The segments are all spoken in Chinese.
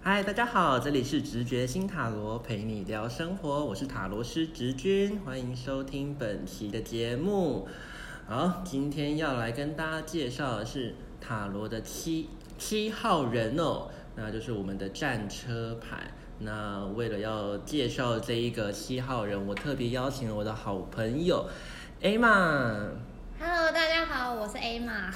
嗨，大家好，这里是直觉新塔罗，陪你聊生活，我是塔罗师直君，欢迎收听本期的节目。好，今天要来跟大家介绍的是塔罗的七七号人哦，那就是我们的战车牌。那为了要介绍这一个七号人，我特别邀请了我的好朋友 A 玛。 Hello，大家好，我是 A 玛。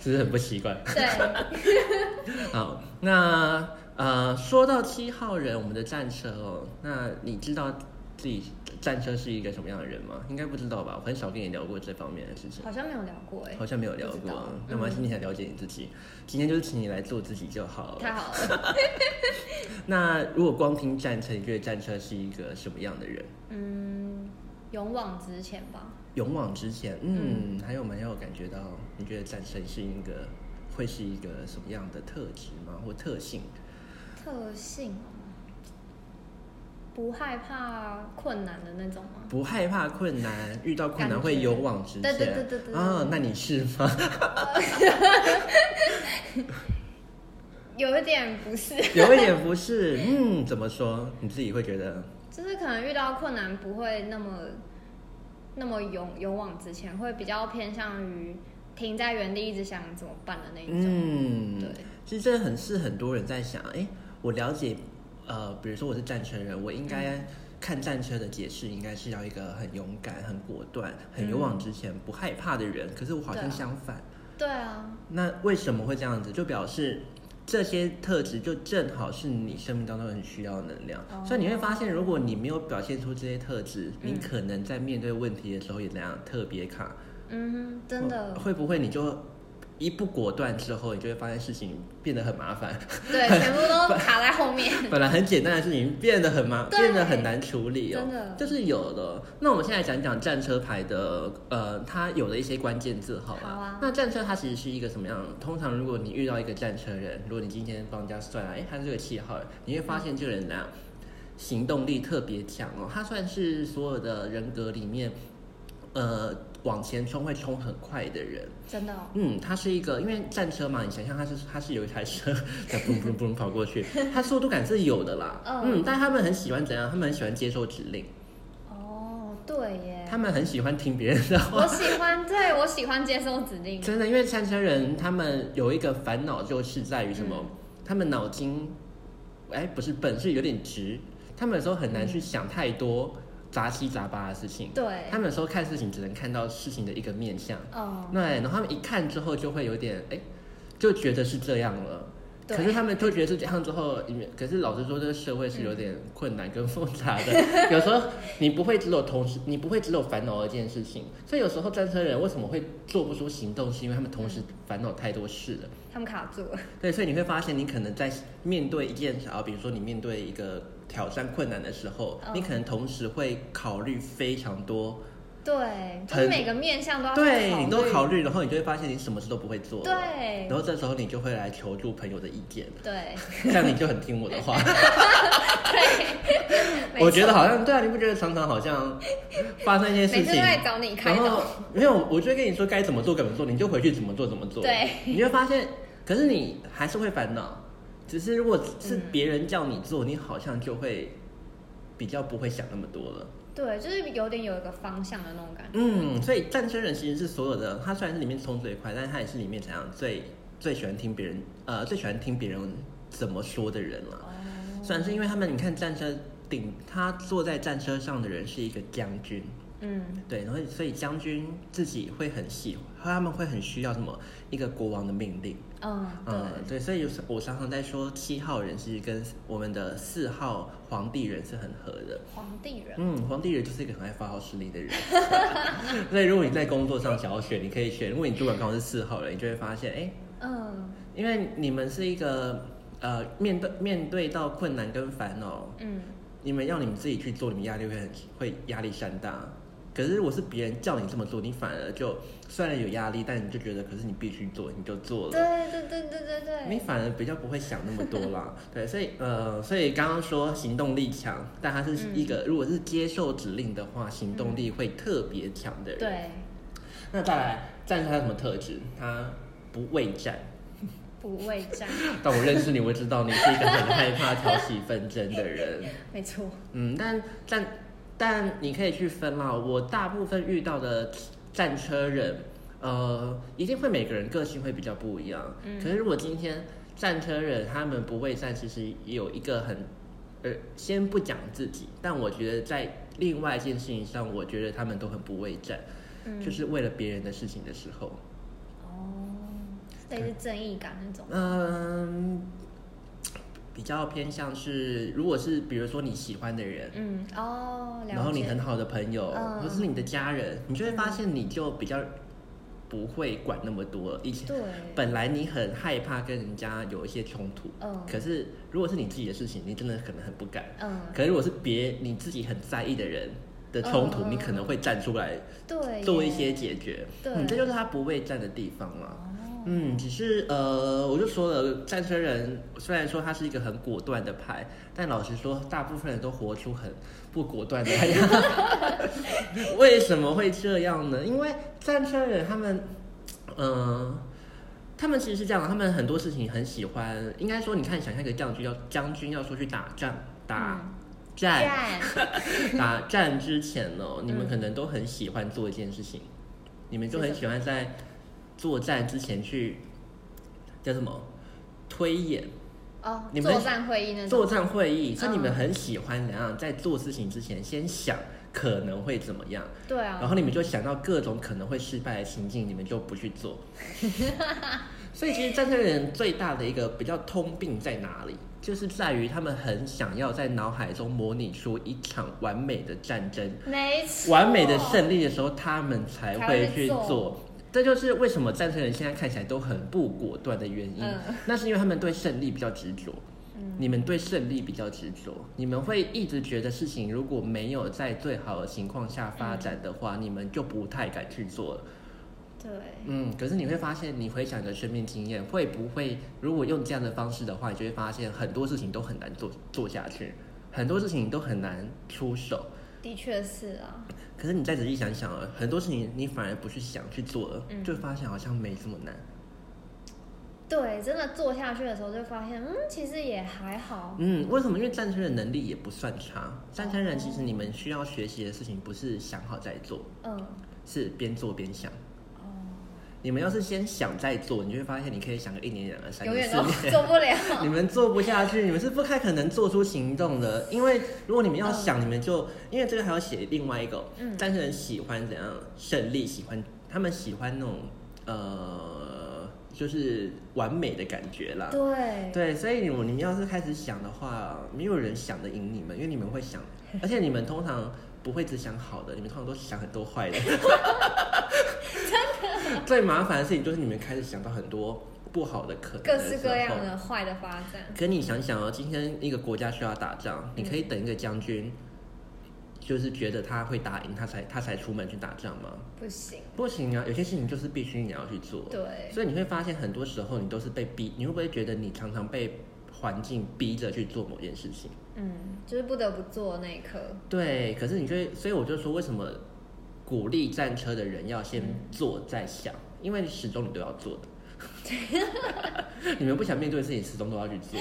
是不是很不习惯？对，好，那呃，说到七号人，我们的战车哦，那你知道自己战车是一个什么样的人吗？应该不知道吧？我很少跟你聊过这方面的事情，好像没有聊过哎、好像没有聊不知过道啊嗯。那么你想了解你自己，今天就是请你来做自己就好太了。好了。那如果光听战车，你觉得战车是一个什么样的人？嗯，勇往直前吧。勇往直前，嗯，还有没有感觉到？你觉得战车是一个会是一个什么样的特质吗？或特性？特性哦，不害怕困难的那种吗？不害怕困难，遇到困难感觉会勇往直前。对对对对对啊，那你是吗？ 有一点不是， 有一点不是，嗯，怎么说？你自己会觉得就是可能遇到困难不会那么那么勇勇往直前，会比较偏向于停在原地一直想怎么办的那一种。嗯，对，其实这很是很多人在想，哎，我了解，呃，比如说我是战车人，我应嗯该看战车的解释，应该是要一个很勇敢、很果断、很勇往直前、不害怕的人。可是我好像嗯对啊相反，对啊，那为什么会这样子？就表示这些特质就正好是你生命当中很需要的能量。哦所以你会发现，如果你没有表现出这些特质，嗯你可能在面对问题的时候也那样特别卡。嗯哼，真的会，会不会你就一不果断之后，你就会发现事情变得很麻烦，对，全部 都卡在后面。本来很简单的事情变得很麻，对变得很难处理哦。真的这是有的。哦那我们现在讲讲战车牌的，呃，它有的一些关键字好了。好啊那战车它其实是一个什么样的？通常如果你遇到一个战车人，如果你今天帮人家算啊，哎，他是个七号人，你会发现这个人呢、啊行动力特别强哦，他算是所有的人格里面，呃，往前冲会冲很快的人。真 的、哦，嗯，它是一个，因为战车嘛，你想象它是它是有一台车在嘣嘣嘣跑过 去，它速度感是有的啦。嗯嗯，但他们很喜欢怎样？他们很喜欢接受指令，哦，对耶他，们很喜欢听别人的话。我喜欢，对我喜欢接受指令，真的，因为战车人他们有一个烦恼，就是在于什么？嗯他们脑筋，哎，不是本是有点直，他们有时候很难去想太多杂七杂八的事情。对他，们有时候看事情只能看到事情的一个面相。哦，对，然后他们一看之后就会有点哎，就觉得是这样了。对可是他们就觉得是这样之后，因为可是老实说，这个社会是有点困难跟复杂的。 有时候你不会只有同时，你不会只有烦恼一件事情。所以有时候战车人为什么会做不出行动，是因为他们同时烦恼太多事了。他们卡住了，对，所以你会发现，你可能在面对一件啊，比如说你面对一个挑战困难的时候，嗯你可能同时会考虑非常多，对，就很是每个面向都要对你都考虑，虑，然后你就会发现你什么事都不会做了。对然，后这时候你就会来求助朋友的意见， 对，这样你就很听我的话。 没错我觉得好像对啊，你不觉得常常好像发生一些每事次情都，在找你开然后导，没有，我就会跟你说该怎么做怎么做，你就回去怎么做怎么做。对，你会发现，可是你还是会烦恼。只是如果是嗯别人叫你做，你好像就会比较不会想那么多了。对，就是有点有一个方向的那种感觉，嗯，所以战车人其实是所有的，他虽然是里面冲最快，但是他也是里面怎样最最喜欢听别人呃最喜欢听别人怎么说的人了、啊哦，虽然是因为他们，你看战车顶，他坐在战车上的人是一个将军，嗯，对，然后所以将军自己会很喜欢，他们会很需要什么一个国王的命令，嗯，嗯，对，对，所以有时我常常在说七号人其实跟我们的四号皇帝人是很合的，皇帝人，嗯，皇帝人就是一个很爱发号施令的人，所以如果你在工作上想要选，你可以选，如果你主管刚好是四号人，你就会发现，哎、嗯因为你们是一个呃面对面对到困难跟烦恼。嗯，你们要你们自己去做，你们压力会很会压力山大。可是如果是别人叫你这么做，你反而就虽然有压力，但你就觉得可是你必须做，你就做了。对对对对对你对，反而比较不会想那么多 啦，对，所以呃，所以刚刚说行动力强，但他是一嗯个、如果是接受指令的话，行动力会特别强的人。对，那再来，战士他有什么特质？他不畏战，五味战， 但我认识你，我知道你是一个很害怕挑起纷争的人。没错。嗯，但但但你可以去分啦。我大部分遇到的战车人，呃，一定会每个人个性会比较不一样。嗯可是如果今天战车人他们不畏战，其实有一个很呃，先不讲自己，但我觉得在另外一件事情上，我觉得他们都很不畏战，嗯，就是为了别人的事情的时候，哦，类似正义感那种。嗯。比较偏向是，如果是比如说你喜欢的人，嗯，哦，了解。然后你很好的朋友，嗯或是你的家人，你就会发现你就比较不会管那么多。以前对，本来你很害怕跟人家有一些冲突，嗯可是如果是你自己的事情，你真的可能很不敢。嗯，可是如果是别你自己很在意的人的冲突，嗯嗯你可能会站出来对耶，做一些解决。对嗯，这就是他不畏战的地方嘛。哦，嗯，只是呃，我就说了，战车人虽然说他是一个很果断的派，但老实说，大部分人都活出很不果断的样 子。 为什么会这样呢？因为战车人他们，嗯、他们其实是这样，他们很多事情很喜欢，应该说，你看，想象一个将军要将军要说去打仗、打嗯战、战，打战之前哦，你们嗯可能都很喜欢做一件事情，你们就是很什喜欢在作战之前去叫什么推演、哦， 你们作战会议那作种。战会议，所以你们嗯很喜欢怎样在做事情之前先想可能会怎么样，对然啊，后你们就想到各种可能会失败的情境，你们就不去做。所以其实战车人最大的一个比较通病在哪里，就是在于他们很想要在脑海中模拟出一场完美的战争，没错。完美的胜利的时候，他们才会去才做会做。这就是为什么战胜人现在看起来都很不果断的原因。嗯那是因为他们对胜利比较执着。嗯你们对胜利比较执着，你们会一直觉得事情如果没有在最好的情况下发展的嗯话，你们就不太敢去做了。对，嗯，可是你会发现，你回想你的生命经验，会不会如果用这样的方式的话，你就会发现很多事情都很难做做下去，很多事情都很难出手。的确是啊。可是你再仔细想想啊，很多事情你反而不去想去做了，嗯就发现好像没这么难。对，真的做下去的时候就发现，嗯，其实也还好。嗯，为什么？因为战车人能力也不算哦差。战车人其实你们需要学习的事情不是想好再做，嗯，是边做边想。哦，你们要是先想再做，你就会发现你可以想个一年、两年、三永年、远四都年。 做不 你了。们做不下去，你们是不太可能做出行动的，因为如果你们要想，你们就因为这个还要写另外一个，嗯战士人喜欢怎样胜利，喜欢他们喜欢那种呃，就是完美的感觉啦。对，对，所以你们你们要是开始想的话，没有人想得赢你们，因为你们会 想，而且你们通常不会只想好的，你们通常都想很多坏的。 真的。 最麻烦的事情就是你们开始想到很多不好的可能的各时候，式各样的坏的发展。可你想想哦，今天一个国家需要打仗，你可以等一个将军，就是觉得他会打赢，他才他才出门去打仗吗？不行，不行啊，有些事情就是必须你要去做。对，所以你会发现，很多时候你都是被逼。你会不会觉得你常常被环境逼着去做某件事情？嗯，就是不得不做的那一刻，对，可是你就会，所以我就说，为什么鼓励战车的人要先做再想？因为始终你都要做的。 你们不想面对的事情，始终都要去做。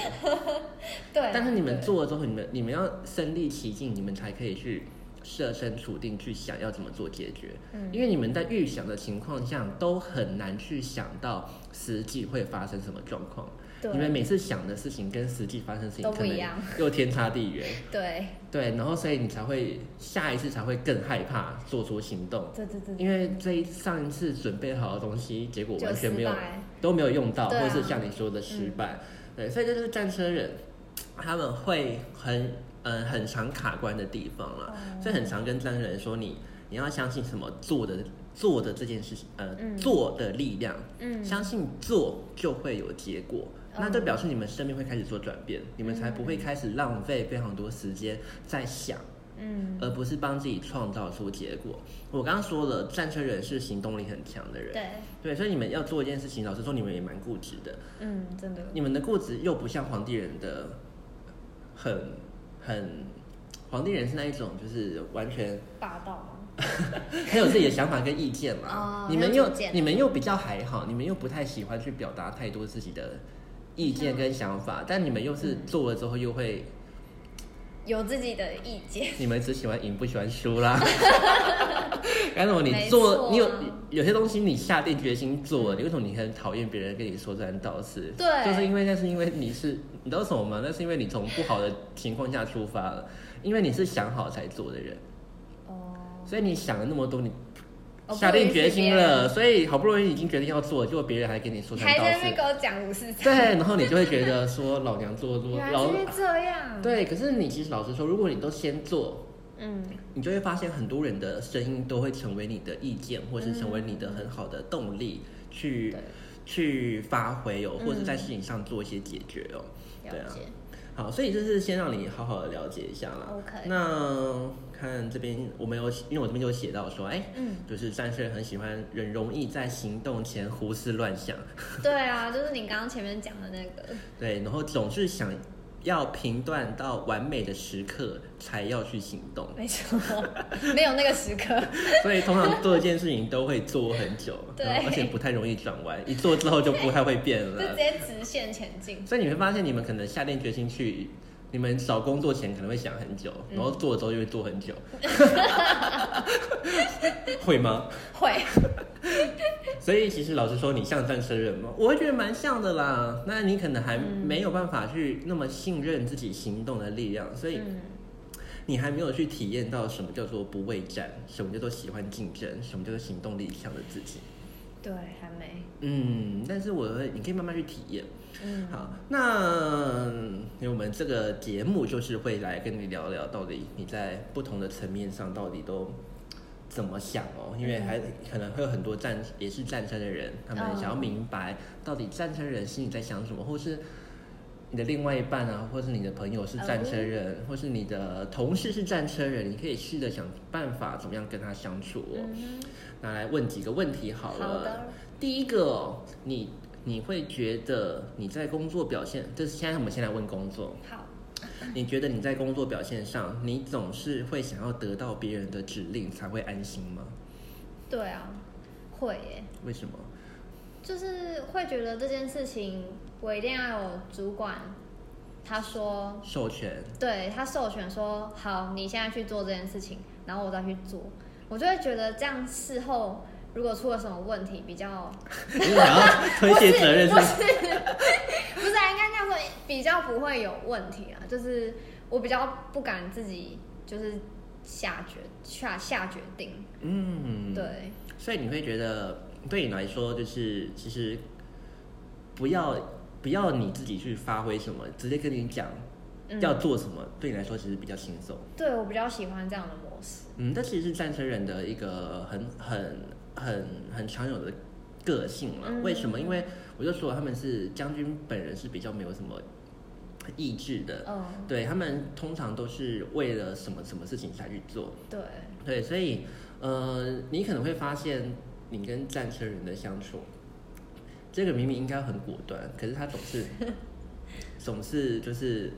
对啊，但是你们对，做了之后，你们你们要身历其境，你们才可以去设身处地去想要怎么做解决。嗯因为你们在预想的情况下，都很难去想到实际会发生什么状况。对你们每次想的事情跟实际发生的事情都不可能一样，又天差地远。对，对，然后所以你才会下一次才会更害怕做出行动，对对对，因为这一上一次准备好的东西，结果就完全没有失败都没有用到，对啊嗯或是像你说的失败。对，所以这就是战车人他们会很嗯很常卡关的地方啦，哦所以很常跟战车人说你你要相信什么做的做的这件事情，呃、嗯做的力量，嗯相信做就会有结果。哦那就表示你们生命会开始做转变，你们才不会开始浪费非常多时间在想，嗯，而不是帮自己创造出结果。我刚刚说了，战车人是行动力很强的人，对，对，所以你们要做一件事情，老实说，你们也蛮固执的。嗯，真的，你们的固执又不像皇帝人的很很，皇帝人是那一种就是完全霸道吗？很有自己的想法跟意见嘛。哦你们很有又主见你们又比较还好，你们又不太喜欢去表达太多自己的意见跟想法，但你们又嗯是做了之后又会，有自己的意见。你们只喜欢赢不喜欢输 啦。甘总，你没错做啊你有有些东西你下定决心做了，你为什么你很讨厌别人跟你说三道四？对就是因为那是因为你是你知道什么吗？那是因为你从不好的情况下出发了，因为你是想好才做的人。哦，所以你想了那么多，你哦下定决心了，不所以好不容易已经决定要做，结果别人还给你说允许别人三道还在那边四给，我讲五对四三，，然后你就会觉得说老娘做做原来老是这样。，对，可是你其实老实说，如果你都先做，嗯，你就会发现很多人的声音都会成为你的意见，或是成为你的很好的动力去、嗯对，去发挥哦，或是在嗯事情上做一些解决哦。对了啊解。好，所以就是先让你好好的了解一下啦。 OK 那看这边我们有，因为我这边就有写到说，哎、嗯，就是战士很喜欢，人容易在行动前胡思乱想， 对啊，就是你刚刚前面讲的那个，对，然后总是想要评断到完美的时刻才要去行动，没错，没有那个时刻， 所以通常做一件事情都会做很 久，对然后而且不太容易转弯，一做之后就不太会变就了 直。接直线前进。所以你会发现，你们可能下定决心去，你们找工作前可能会想很久，嗯然后做了之后就会做很 久， 会吗？会，所以其实老实说，你像战神人吗？我会觉得蛮像的啦。那你可能还没有办法去那么信任自己行动的力量，所以嗯，你还没有去体验到什么叫做不畏战，什么叫做喜欢竞争，什么叫做行动力强的自己。对，还没，嗯，但是我会，你可以慢慢去体验。嗯，好，那因为我们这个节目就是会来跟你聊聊，到底你在不同的层面上到底都怎么想哦？因为还可能会有很多战也是战争的人，他们哦想要明白到底战争人心里在想什么，或是。你的另外一半啊，或是你的朋友是战车人，或是你的同事是战车人，你可以试着想办法怎么样跟他相处哦。嗯那来问几个问题好了。好的第一个哦，你你会觉得你在工作表现，这是现在我们先来问工作，哼，好，嗯你觉得你在工作表现上，你总是会想要得到别人的指令才会安心吗？对啊，会耶，为什么？就是会觉得这件事情我一定要有主管，他说，授 权对他授权说好，你现在去做这件事情，然后我再去做，我就会觉得这样事后如果出了什么问题，比较你是想要推卸责任是不吗是？不是不是啊，应该这样说，比较不会有问题啊。就是我比较不敢自己就是下决下下决定，嗯，。对，所以你会觉得，对你来说，就是其实不要不要你自己去发挥什么，直接跟你讲嗯要做什么，对你来说其实比较轻松。对我比较喜欢这样的模式，嗯，这其实是战车人的一个很很很很常有的个性了。嗯为什么？因为我就说他们是将军本人是比较没有什么意志的，嗯，对他们通常都是为了什么什么事情才去做。嗯对，对，所以呃，你可能会发现你跟战车人的相处，这个明明应该很果断，可是他总是总是就是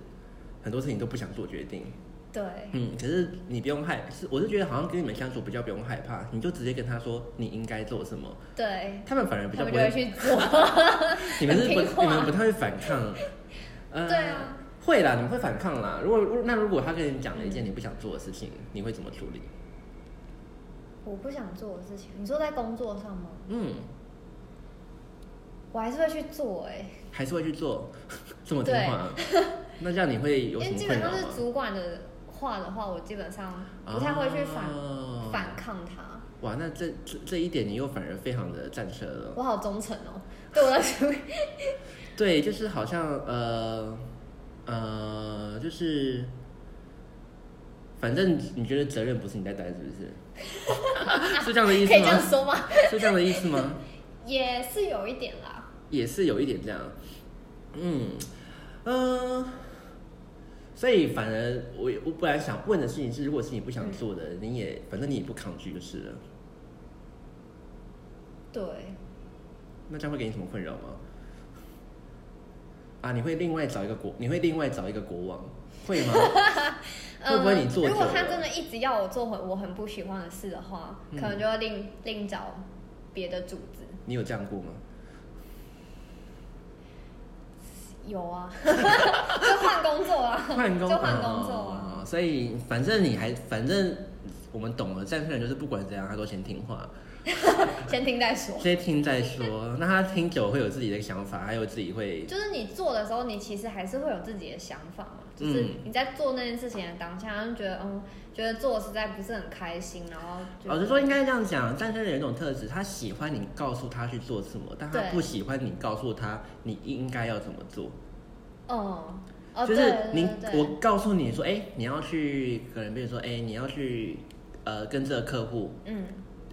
很多事情都不想做决定。对，嗯，可是你不用害，是我是觉得好像跟你们相处比较不用害怕，你就直接跟他说你应该做什么，对，他们反而比他较们不就会会，去做， 你们是不很听话你们不太会反 抗，呃，对啊，会啦，你们会反抗啦。如果如那如果他跟你讲了一件你不想做的事情，你会怎么处理？我不想做的事情，你说在工作上吗？嗯，我还是会去做、欸，还是会去做， 这么听话、那这样你会有什因为么基困本扰上吗是？主管的话的话，我基本上不太会去反、哦反抗他。啊哇，那这这这一点你又反而非常的战车了。我好忠诚哦， 对我的主 管，对，就是好像呃呃，就是反正你觉得责任不是你在担，是不是？ 是这样的意可思以这样吗？说吗？是这样的意思吗？也是有一点啦。也是有一点这样，嗯嗯、呃所以反而我我本来想问的事情是，如果是你不嗯想做的，你也反正你也不抗拒就是了。对，那这样会给你什么困扰吗？啊，你会另外找一个国，你会另外找一个国王，会吗？嗯，会不会你做久如果他了真的一直要我做回我很不喜欢的事的话，嗯可能就要另另找别的组织。你有这样过吗？有啊， 就换工作啊，换工就换工作啊。哦所以反正你还反正我们懂了，战胜人就是不管怎样他都先听话，先听再说。先听再说。那他听久会有自己的想法，还有自己会就是你做的时候，你其实还是会有自己的想法嘛。就是嗯你在做那件事情的当下，就觉得嗯，觉得做实在不是很开心，然后就老实哦说，应该这样讲，战胜人有一种特质，他喜欢你告诉他去做什么，但他对不喜欢你告诉他你应该要怎么做。嗯，哦，就对是对你对，我告诉你说，哎、你要去，可能比如说，哎、你要去，呃，跟这个客户，嗯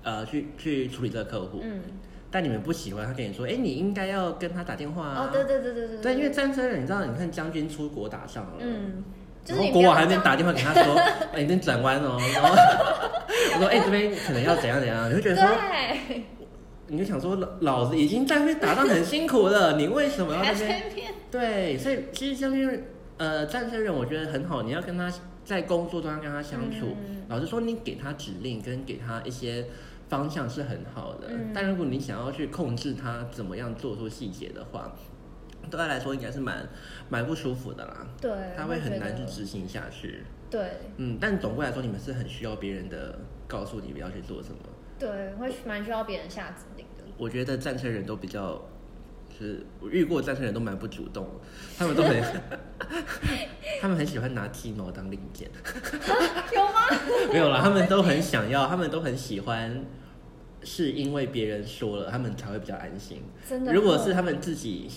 呃，去去处理这个客户，嗯，但你们不喜欢，他跟你说，哎、你应该要跟他打电话啊。哦，对对对对对对，因为战争人，你知道，你看将军出国打仗了，嗯，就然是后你国不要王还这没样打电话给他说， 哎、你先转弯哦。然后 我说，哎、这边可能要怎样怎样，你会觉得说， 对，啊你就想说，老老子已经在那边打仗很辛苦了，你为什么要还那边？在变，对，所以其实相信呃战胜人，我觉得很好。你要跟他在工作中要跟他相处，嗯老实说，你给他指令跟给他一些方向是很好的。嗯但如果你想要去控制他怎么样做出细节的话，对他来说应该是蛮蛮不舒服的啦。对，他我会觉很难得去执行下去。对嗯，但总归来说，你们是很需要别人的告诉你们要去做什么。对，会蛮需要别人下指令的。我觉得战车人都比较，就是我遇过战车人都蛮不主动的，他们都 很，他们很喜欢拿鸡毛当令箭， 有吗？ 没有啦，他们都很想要，他们都很喜欢，是因为别人说了，他们才会比较安心。真的？如果是他们自己，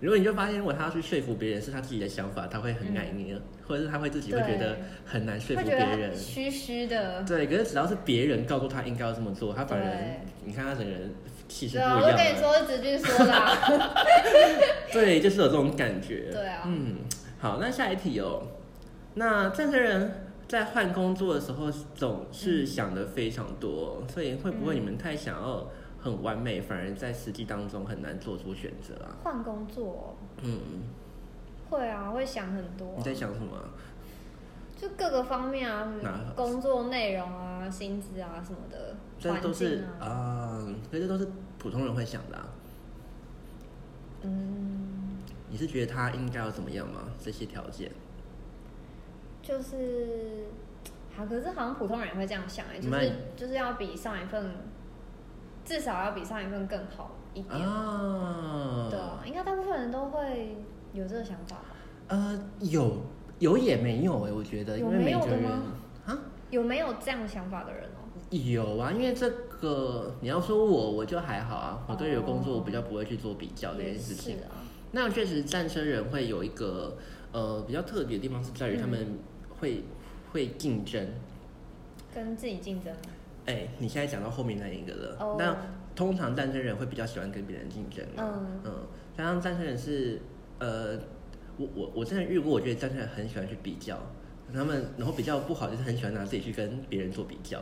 如果你就发现，如果他要去说服别人是他自己的想法，他会很嗯爱捏，或者是他会自己会觉得对很难说服会别觉人得。虚虚的，对，可是只要是别人告诉他应该要这么做，他反而对你看他整个人气势对不一样啊，了。我就跟你说，直句 说啦，对，就是有这种感觉。对啊嗯，好，那下一题哦。那战车人在换工作的时候总是想的非常多，所以会不会你们太想要很完美，反而在实际当中很难做出选择啊？换工作哦嗯，会啊，会想很多你啊，在想什么啊？就各个方面啊哪，工作内容啊、薪资啊什么的，这都环是境啊，啊，可是这都是普通人会想的啊。嗯，你是觉得他应该要怎么样吗？这些条件？就是。好，可是好像普通人也会这样想哎、就蛮是就是要比上一份，至少要比上一份更好一点。啊，对啊，应该大部分人都会有这个想法吧？呃，有有也没有哎、我觉得，因有为没每有个的人吗啊有没有这样想法的人哦？有啊，因为这个你要说我，我就还好啊，我对于哦工作我比较不会去做比较这件也事是情。啊，那确实，战车人会有一个呃比较特别的地方是在嗯于他们会、会竞争。跟自己竞争。啊哎、你现在讲到后面那一个了，哦那通常战车人会比较喜欢跟别人竞争啊、嗯嗯，加上战车人是呃，我我我真的遇过，我觉得战车人很喜欢去比较，他们然后比较不好就是很喜欢拿自己去跟别人做比较，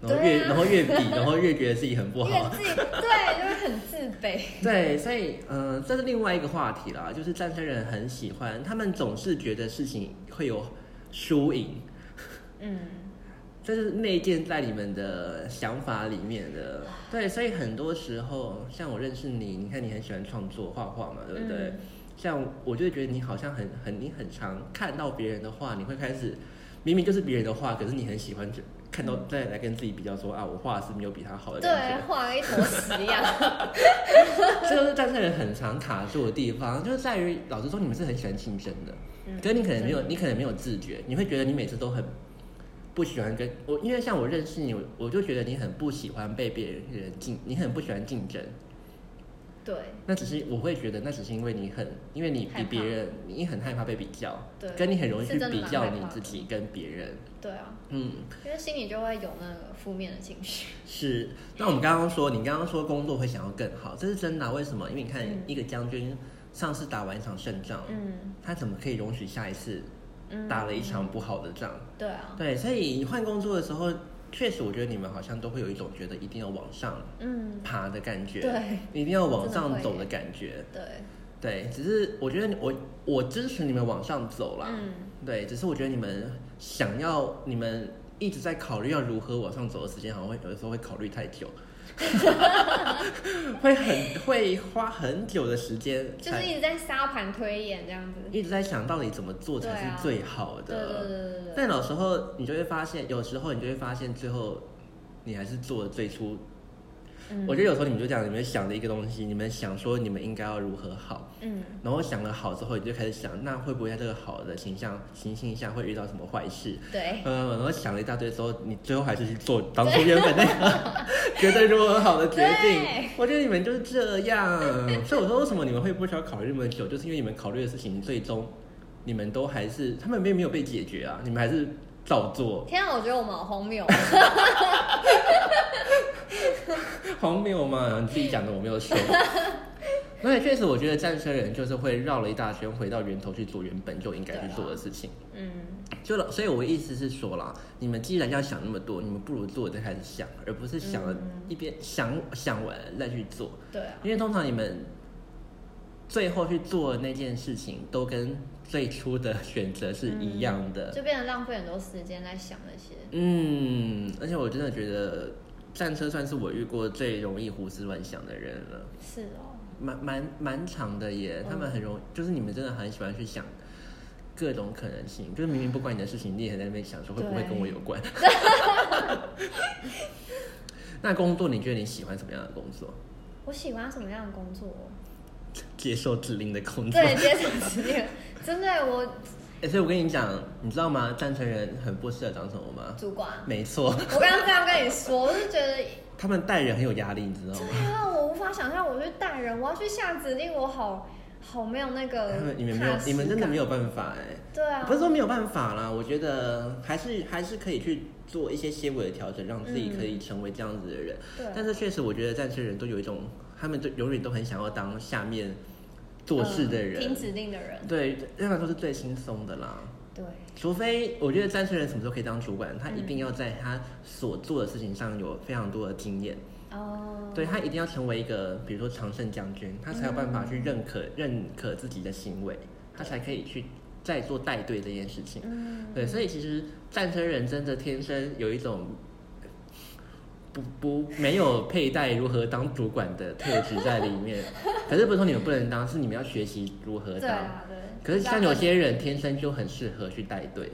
然后越、对啊然后越比， 然后越觉得自己很不因为好。啊自己对，就会很自卑。对，所以嗯、呃这是另外一个话题啦，就是战车人很喜欢，他们总是觉得事情会有输赢，嗯，这是内建在你们的想法里面的，对，所以很多时候，像我认识你，你看你很喜欢创作画画嘛，对不对？嗯像我就会觉得你好像很很你很常看到别人的画，你会开始明明就是别人的画，可是你很喜欢就看到再来跟自己比较说啊，我画是没有比他好的嗯对感，画了一坨屎 一样。觉，这就是战胜人很常卡住的地方，就是在于老实说，你们是很喜欢竞争的，嗯可是你可能没有，你可能没有自觉，你会觉得你每次都很不喜欢跟我，因为像我认识你，我我就觉得你很不喜欢被别人竞，你很不喜欢竞争。对那只是我会觉得，那只是因为你很，因为你比害怕别人，你很害怕被比较，对跟你很容易去是真的比蛮较害怕你的自己跟别人。对啊，嗯，因为心里就会有那个负面的情绪。是。那我们刚刚说，你刚刚说工作会想要更好，这是真的啊、为什么？因为你看嗯一个将军上次打完一场胜仗， 嗯他怎么可以容许下一次嗯，打了一场不好的仗？ 对啊，对，所以换工作的时候，确实我觉得你们好像都会有一种觉得一定要往上嗯，爬的感觉，对一定要往上走的感觉。对，对，对，只是我觉得我我支持你们往上走啦，嗯，对，只是我觉得你们想要你们一直在考虑要如何往上走的时间，好像会有的时候会考虑太 久，会很会花很久的时间就是才一直在沙盘推演这样子。一直在想到底怎么做对才啊是最好对对的。对对对对，但有时候你就会发现，有时候你就会发现，最后你还是做了最初。嗯我觉得有时候你们就这样，你们想着一个东西，你们想说你们应该要如何好，嗯，然后想了好之后，你就开始想，那会不会在这个好的形象情形下会遇到什么坏事？对，嗯，然后想了一大堆之后，你最后还是去做当初原本那个觉得如何好的决定对。我觉得你们就是这样，所以我说为什么你们会不需要考虑那么久，就是因为你们考虑的事情最终你们都还是他们并没有被解决啊，你们还是照做，天啊，我觉得我们好荒谬哦。荒谬吗？你自己讲的我没有说。那也确实，我觉得战车人就是会绕了一大圈，回到源头去做原本就应该去做的事情。 嗯，就了，所以我的意思是说啦，你们既然要想那么多，你们不如做再开始想，而不是想了嗯一边、想想完了再去做， 对啊，因为通常你们最后去做的那件事情都跟最初的选择是一样的。嗯就变得浪费很多时间在想那些。嗯，而且我真的觉得战车算是我遇过最容易胡思乱想的人了。是哦，蛮蛮蛮长的耶，他们很嗯容就是你们真的很喜欢去想各种可能性，就是明明不关你的事情，你也在那边想说会不会对跟我有关。 那工作，你觉得你喜欢什么样的工作？我喜欢什么样的工作哦？接受指令的工作。对，接受职业，真的我欸所以我跟你讲，你知道吗？赞成人很不适合当什么吗？主管，没错，我刚刚这样跟你说，我就觉得他们带人很有压力，你知道吗？对啊，我无法想象我去带人，我要去下指令，我好好没有那个他 们你们没有踏，实你们真的感没有办法哎、对啊，不是说没有办法啦，我觉得还是还是可以去做一些些微的调整，让自己可以成为这样子的人。嗯对但是确实，我觉得战士人都有一种，他们都永远都很想要当下面做事的嗯听人，指令的人，对，那来说是最轻松的啦。对，除非我觉得战士人什么时候可以当主管，他一定要在他所做的事情上有非常多的经验，哦，对他一定要成为一个，比如说常胜将军，他才有办法去认可、嗯认可自己的行为，他才可以去再做带队这件事情。嗯，对，所以其实战车人真的天生有一种不不没有佩戴如何当主管的特质在里面。可是不是说你们不能当，是你们要学习如何对当。啊，对，可是像有些人天生就很适合去带队，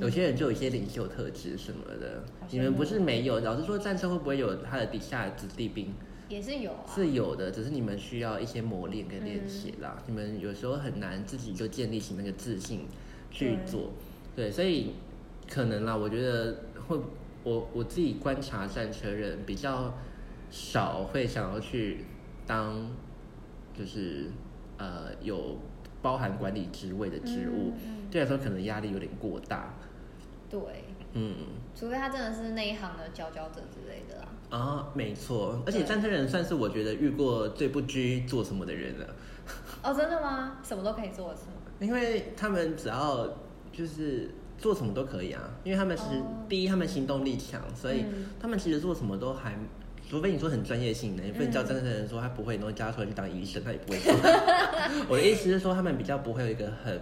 有嗯，些人就有一些领袖特质什么的好。你羡们慕不是没有，老实说，战车会不会有他的底下子弟兵？也是有啊，是有的，只是你们需要一些磨练跟练习啦。你们有时候很难自己就建立起那个自信去做，对，所以可能啦，我觉得会我我自己观察战车人比较少会想要去当，就是呃有包含管理职位的职务，嗯，嗯对来说可能压力有点过大，对，嗯。除非他真的是那一行的佼佼者之类的啦，啊，没错，而且对战车人算是我觉得遇过最不拘做什么的人了。哦，真的吗？什么都可以做是吗？因为他们只要就是做什么都可以啊，因为他们其实、哦第一他们行动力强，所以嗯他们其实做什么都还，除非你说很专业性的，你不能叫嗯真正的人说他不会，然后叫他出来去当医生，他也不会 做。 我的意思是说，他们比较不会有一个很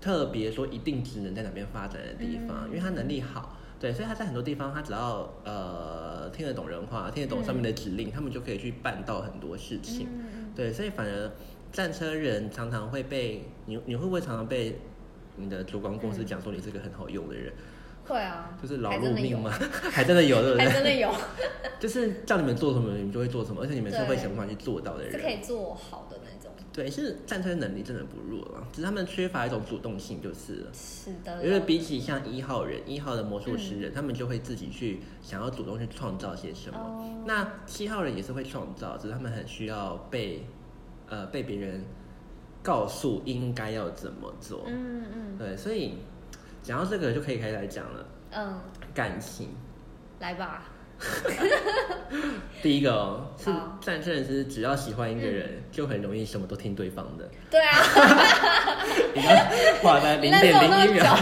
特别说一定只能在哪边发展的地方，嗯因为他能力好。对，所以他在很多地方，他只要呃听得懂人话，听得懂上面的指令，他们就可以去办到很多事情。嗯，对，所以反而战车人常常会被你，你会不会常常被你的主管公司讲说你是个很好用的人，会啊，就是劳嗯还碌真的有命吗？？还真的有，对不 还对？真 的有，就是叫你们做什么，你们就会做什么，而且你们是对会想办法去做到的是可人。以做好的那种，对，是战车能力真的不弱了，只是他们缺乏一种主动性就是了。是的，因为比起像一号人、一号的魔术师人，嗯他们就会自己去想要主动去创造些什么。哦那七号人也是会创造，只是他们很需要被呃被别人告诉应该要怎么做。嗯嗯对，所以讲到这个就可以开始来讲了。嗯，感情，来吧，第一个哦，是好嗯战胜人是只要喜欢一个人，就很容易什么都听对方 的。对啊，你看，花了零你认点识我零那一么秒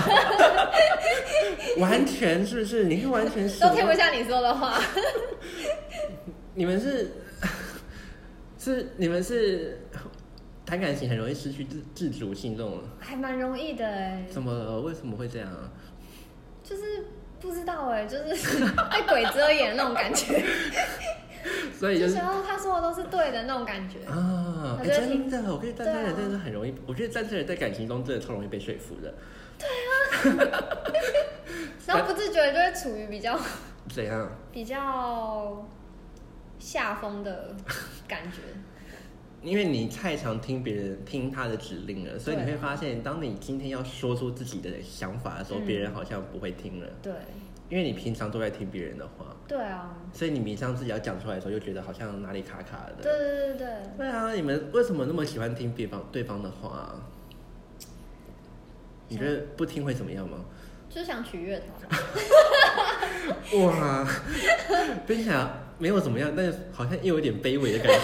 久， 完全是不是？你看完全什都么听不下你说的话， 你们是是你们是谈感情很容易失去自自主性，这种还蛮容易的哎、怎么了？为什么会这样啊？就是不知道哎、就是 被鬼遮眼那种感觉，所以就就是觉得他说的都是对的那种感觉。啊，我哎觉得真挺的，我觉得单身对人啊真的是很容易，我觉得单身人在感情中真的超容易被说服的。然后不自觉地就会处于比较怎样？比较下风的感觉。因为你太常听别人听他的指令了，所以你对会发现，当你今天要说出自己的想法的时候，嗯别人好像不会听了，对，因为你平常都在听别人的话，对啊，所以你迷上自己要讲出来的时候，又觉得好像哪里卡卡的。对对对对，对啊，你们为什么那么喜欢听对方对方的话啊？你觉得不听会怎么样吗？就是想取悦他吧。哇，分享没有怎么样，但是好像又有点卑微的感觉，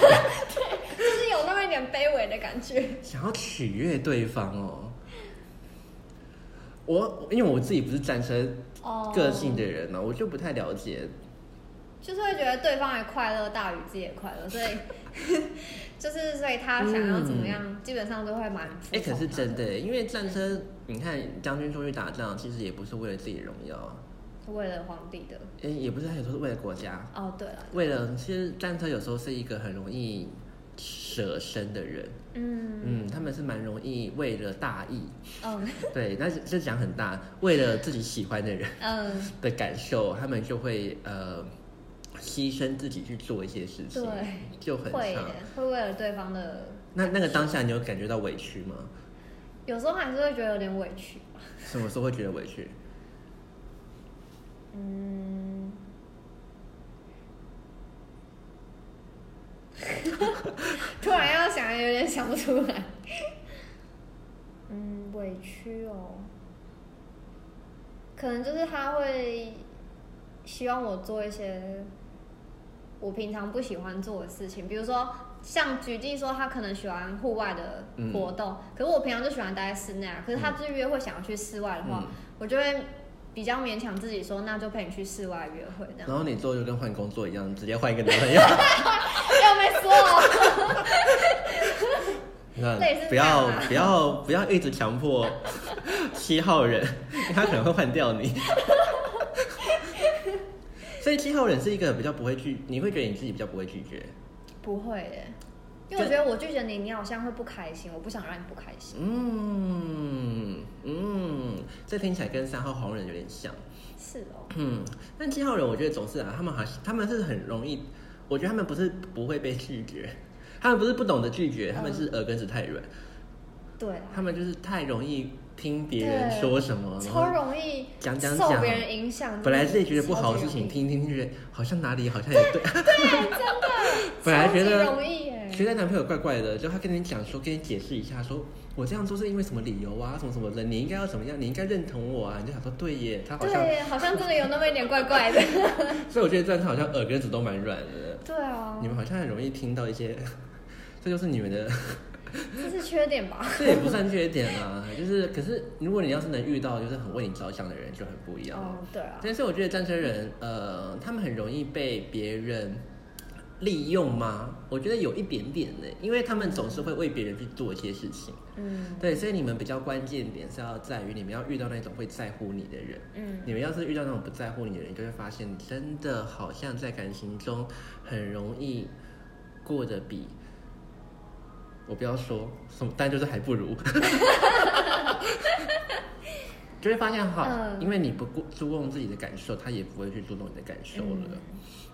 就是有那么一点卑微的感觉。想要取悦对方哦。我因为我自己不是单身哦个性的人呢、我就不太了解。就是会觉得对方的快乐大于自己的快乐，所 以就是所以他想要怎么样，基本上都会蛮服哎、从嗯可他。是真的耶，因为战争，你看将军出去打仗，其实也不是为了自己的荣耀，是为了皇帝的。哎、也不是，很多是为了国家。哦，对了，为了，其实战车有时候是一个很容易舍身的人，嗯嗯，他们是蛮容易为了大义， 嗯对，那是这讲很大，为了自己喜欢的人 嗯，的感受，他们就会呃牺牲自己去做一些事情，对，就很会差。会为了对方的，那那个当下，你有感觉到委屈吗？有时候还是会觉得有点委屈吧。什么时候会觉得委屈？嗯，突然要想，有点想不出来。嗯，委屈哦，可能就是他会希望我做一些我平常不喜欢做的事情，比如说像举例说，他可能喜欢户外的活嗯动，可是我平常就喜欢待在室内啊。可是他就是约会想要去室外的话，嗯我就会比较勉强自己说，那就陪你去室外约会这样然。后你做就跟换工作一样，直接换一个男朋友，要没说哦，那类似不这样要啊不要不要一直强 迫七号人，因为他可能会换掉 你。所以七号人是一个比较不会拒，你会觉得你自己比较不会拒绝。不会耶，因为我觉得我拒绝你，你好像会不开心，我不想让你不开心。嗯嗯，这听起来跟三号红人有点像。是哦，嗯，但七号人我觉得总是啊，他们好像他们是很容易，我觉得他们不是不会被拒绝，他们不是不懂得拒绝，他们是耳根子太软，对啊，他们就是太容易听别人对说什么，然后超容易讲讲受讲别人影响。本来自己觉得不好的事情，超级听听听觉得好像哪里好像也对，，容易对，真的本来觉得超级容易耶， 觉得男朋友怪怪的，就他跟你讲说，跟你解释一下说。我这样做是因为什么理由啊？什么什么的，你应该要怎么样？你应该认同我啊！你就想说，对耶，他好像，对，好像真的有那么一点怪怪 的。所以我觉得这样他好像耳根子都蛮软的。对啊你，们好像很容易听到一些，这就是你们的， 这是缺点吧？这也不算缺点啊。就是，可是如果你要是能遇到就是很为你着想的人，就很不一样了。哦，对啊，但是我觉得战车人，呃，他们很容易被别人利用吗？我觉得有一点点的，因为他们总是会为别人去做一些事情。嗯对，所以你们比较关键点是要在于你们要遇到那种会在乎你的人。嗯，你们要是遇到那种不在乎你的人，就会发现真的好像在感情中很容易过得比我不要说什么，但就是还不 如，就会发现哈，嗯因为你不顾注重自己的感受，他也不会去注重你的感受了，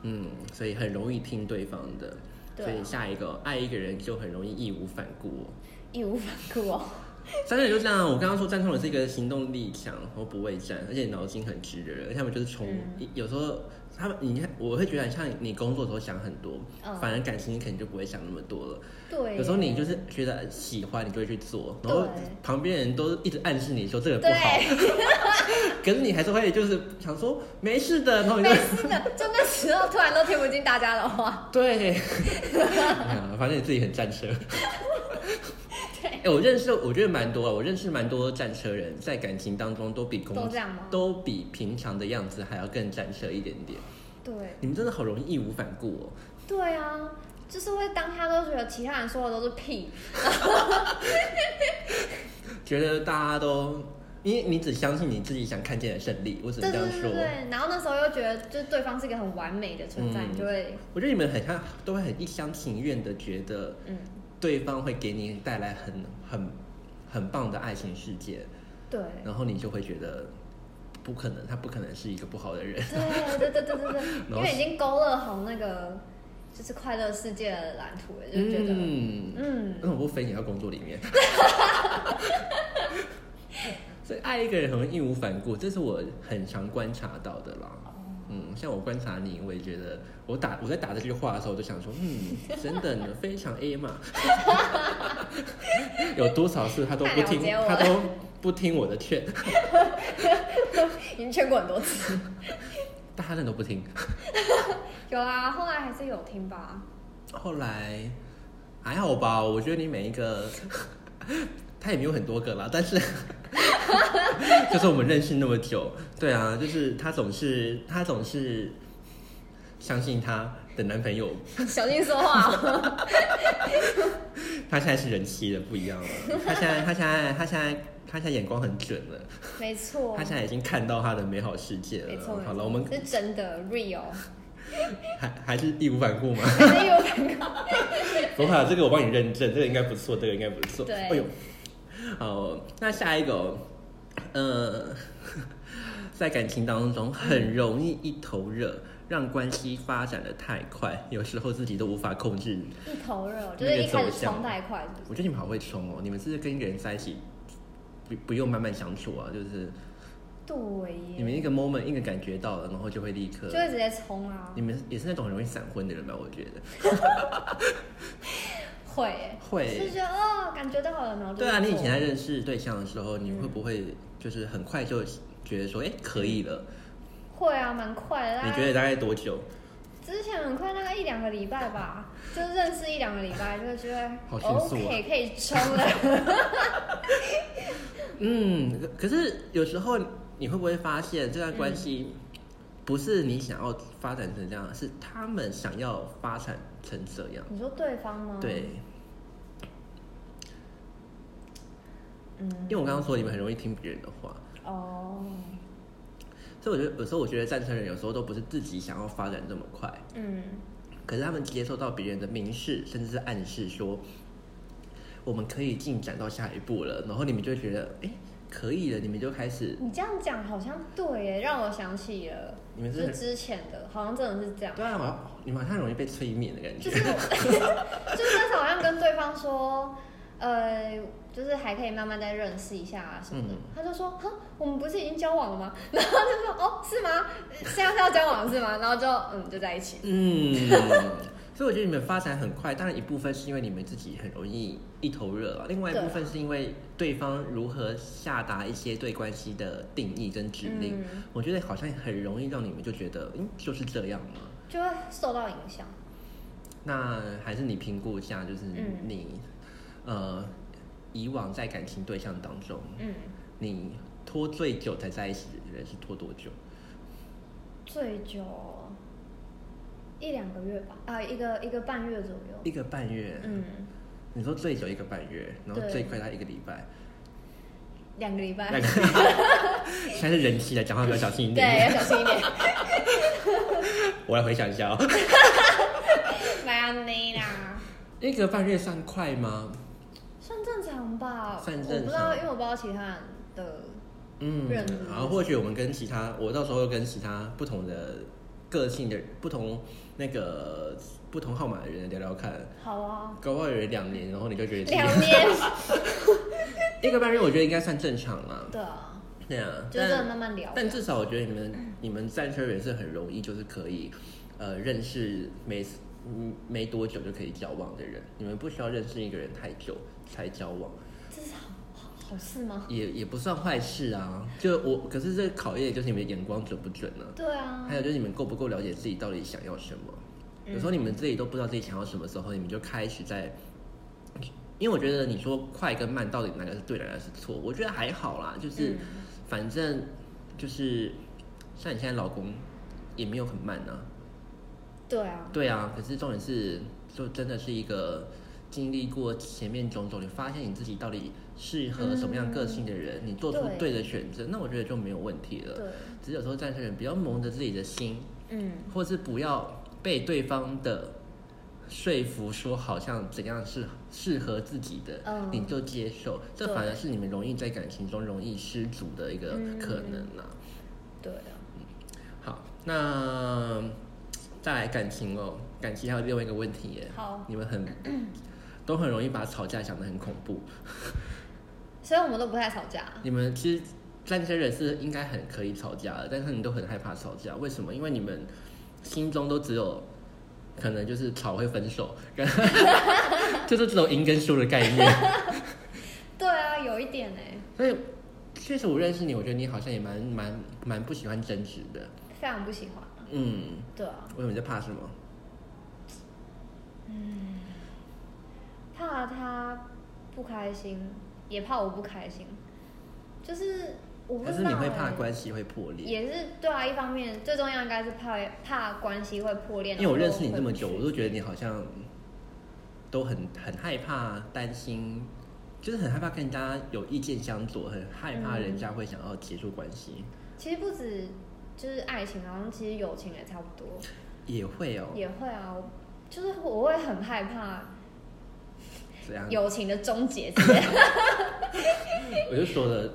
嗯所以很容易听对方的。对啊所以下一个爱一个人就很容易义无反顾、哦。义无反顾哦。战争就这样，我刚刚说战冲人是一个行动力强，然后不畏战，而且脑筋很直的人，而且他们就是嗯从、有时候他们，你看我会觉得像你工作的时候想很多，嗯反而感情你可能就不会想那么多了。对，有时候你就是觉得哎喜欢，你就会去做，然后对旁边人都一直暗示你说这个不好，对， 可是你还是会就是想说没事的，然后你就没事的，就那时候突然都听不进大家的话。对，啊 反正你自己很战车。 对哎、我认识，我觉得蛮多啊，我认识蛮多战车人，在感情当中都比工都这样吗都比平常的样子还要更战车一点点。对，你们真的好容易义无反顾哦。对啊，就是会当下都觉得其他人说的都是屁， 觉得大家都，因为你只相信你自己想看见的胜利，我只能对这对样对说对。对。然后那时候又觉得，就是对方是一个很完美的存在，嗯你就会，我觉得你们很像，都会很一厢情愿的觉得嗯，对方会给你带来很很很棒的爱情世界，对，然后你就会觉得不可能，他不可能是一个不好的人。对对对 对对后对，因为已经勾勒好那个就是快乐世界的蓝图了，就觉得，嗯，嗯 那我不分享到工作里面。所以爱一个人很会义无反顾，这是我很常观察到的啦。哦嗯，像我观察你，我也觉得我打我在打这句话的时候，我就想说，嗯，真的呢，非常 A 嘛。有多少次他都不听太了解，我了他都不听我的劝，已经劝过很多次。大家人都不听。有啊，后来还是有听吧。后来还好吧，我觉得你每一个， 他也没有很多个啦，但 是就是我们认识那么久，对啊，就是他总是他总是相信他的男朋友，小心说话。哦他现在是人妻了，不一样了，他现在他现在他现在他现在眼光很准了，没错他，现在已经看到他的美好世界哦没了错，没。错好了，我们是真的 real， 还还是义无反顾吗？还是有很高。不怕，这个我帮你认证，这个应该不错，这个应该不错。对哎呦，好，那下一个、哦，呃，在感情当中很容易一头热，让关系发展的太快，有时候自己都无法控制。 一头热，就是一开始冲太快，是不是？我觉得你们好会冲哦，你们是不是跟一个人在一起不不用慢慢相处啊，就是对你们耶，一个 moment 一个感觉到了，然后就会立刻就。会直接冲啊你，们也是那种很容易闪婚的人吧？我觉得会耶，会就是觉得哦，感觉到了，然后就对啊，去你做以前在认识对象的时候，你会不会就是很快就觉得说，哎、可以了？会啊，蛮快的。大概你觉得大概多久？之前很快，大概一两个礼拜吧，就是认识一两个礼拜，就会觉得好迅速啊 OK 可以冲了。 嗯，可可是有时候你会不会发现这段关系不是你想要发展成这样，是他们想要发展成这样？你说对方吗？对，，嗯因，为我刚刚说你们很容易听别人的话，哦，所以我觉得有时候我觉得赞成人有时候都不是自己想要发展这么快，嗯，可是他们接受到别人的明示，甚至是暗示说，我们可以进展到下一步了，然后你们就会觉得，哎、可以了，你们就开始，你这样讲好像对耶，让我想起了，你们就是是很之前的，好像真的是这样。对啊，好像你们好像容易被催眠的感就觉是，我， 就是那时候好像跟对方说，呃，就是还可以慢慢再认识一下啊什么的。嗯他就说，哼，我们不是已经交往了吗？ 然后就说，哦，是吗？现在是要交往是吗？然后就嗯，就在一起。嗯， 所以我觉得你们发展很快，当然一部分是因为你们自己很容易一头热啊，另外一对啊部分是因为对方如何下达一些对关系的定义跟指令，嗯我觉得好像很容易让你们就觉得，嗯，就是这样嘛。就会受到影响。那还是你评估一下，就是嗯你、呃以往在感情对象当中，嗯，你拖最久才在一起的人是拖多久？最久一两个月吧，啊，一个一个半月左右。一个半月。嗯，你说最久一个半月，然后对最快他一个礼 拜。两个礼拜那。个现在是人妻来讲话比较小心一对，要点。小心一点。我来回想一下哦，迈阿密啦，一个半月算快吗？算正常吧。算我正不知常道，因为我不知道其他人的。嗯认，然后或许我们跟其他，我到时候跟其他不同的个性的不同那个不同号码的人聊聊看，好啊，搞不好有人两年，然后你就觉得自己两 年。一个半月，我觉得应该算正常啦。对啊，对啊，就是真的慢但慢聊。但至少我觉得你们你们战车也是很容易，就是可以呃认识没嗯没多久就可以交往的人，你们不需要认识一个人太久才交往，这是好好好事吗？也也不算坏事啊。就我可是这考验就是你们眼光准不准呢、对啊还，有就是你们够不够了解自己到底想要什么。嗯有时候你们自己都不知道自己想要什么时候，你们就开始在，因为我觉得你说快跟慢到底哪个是对，哪个是错，我觉得还好啦，就是、嗯反正就是像你现在老公也没有很慢呢、对啊，对啊，可是重点是就真的是一个经历过前面种种，你发现你自己到底适合什么样个性的人，你做出对对的选择，那我觉得就没有问题了。对，只是有时候战胜人不要蒙着自己的心，嗯，或是不要被对方的说服说好像怎样是适合自己的，嗯你就接受，这对反而是你们容易在感情中容易失足的一个可能啊。对啊，好，那再来感情哦，感情还有另外一个问题耶，好，你们很都很容易把吵架想得很恐怖，虽然我们都不太吵架，你们其实单身人是应该很可以吵架的，但是你都很害怕吵架，为什么？因为你们心中都只有可能就是吵会分手， 然后就是这种赢跟输的概念。 对啊，有一点哎、所以确实我认识你，我觉得你好像也蛮蛮蛮不喜欢争执的。非常不喜欢啊，嗯，对啊，为什么你在怕什么？怕他不开心，也怕我不开心，就是我不还是知你道、欸，会怕关系会破裂？也是对啊，一方面最重要应该是怕怕关系会破裂，因为我认识你然这后么会久，我都觉得你好像都很很害怕、担心，就是很害怕跟人家有意见相左，很害怕嗯人家会想要结束关系。其实不止就是爱情，好像其实友情也差不多，也会哦，也会啊，我就是我会很害怕这样。友情的终结之类的我就说了，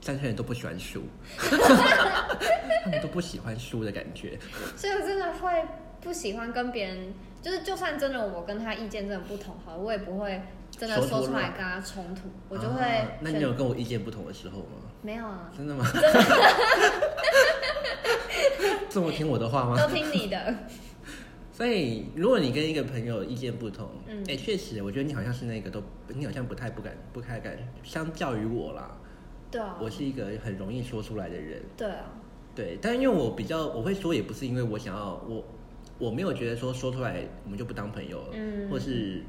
三生人都不喜欢 输，他们都不喜欢输的感觉。所以我真的 会不喜欢跟别人，就是就算真的我跟他意见真的不同，好了，我也不会真的说出来跟他冲突，我就会啊选、那你有跟我意见不同的时候吗？没有啊，真的吗？ 这么听我的话吗？都听你 的，所以，如果你跟一个朋友意见不同，嗯哎、确实，我觉得你好像是那个都，你好像不太不敢，不太敢。相较于我啦，对啊，我是一个很容易说出来的人，对啊，对。但因为我比较，我会说也不是因为我想要，我我没有觉得说说出来我们就不当朋友了，嗯或是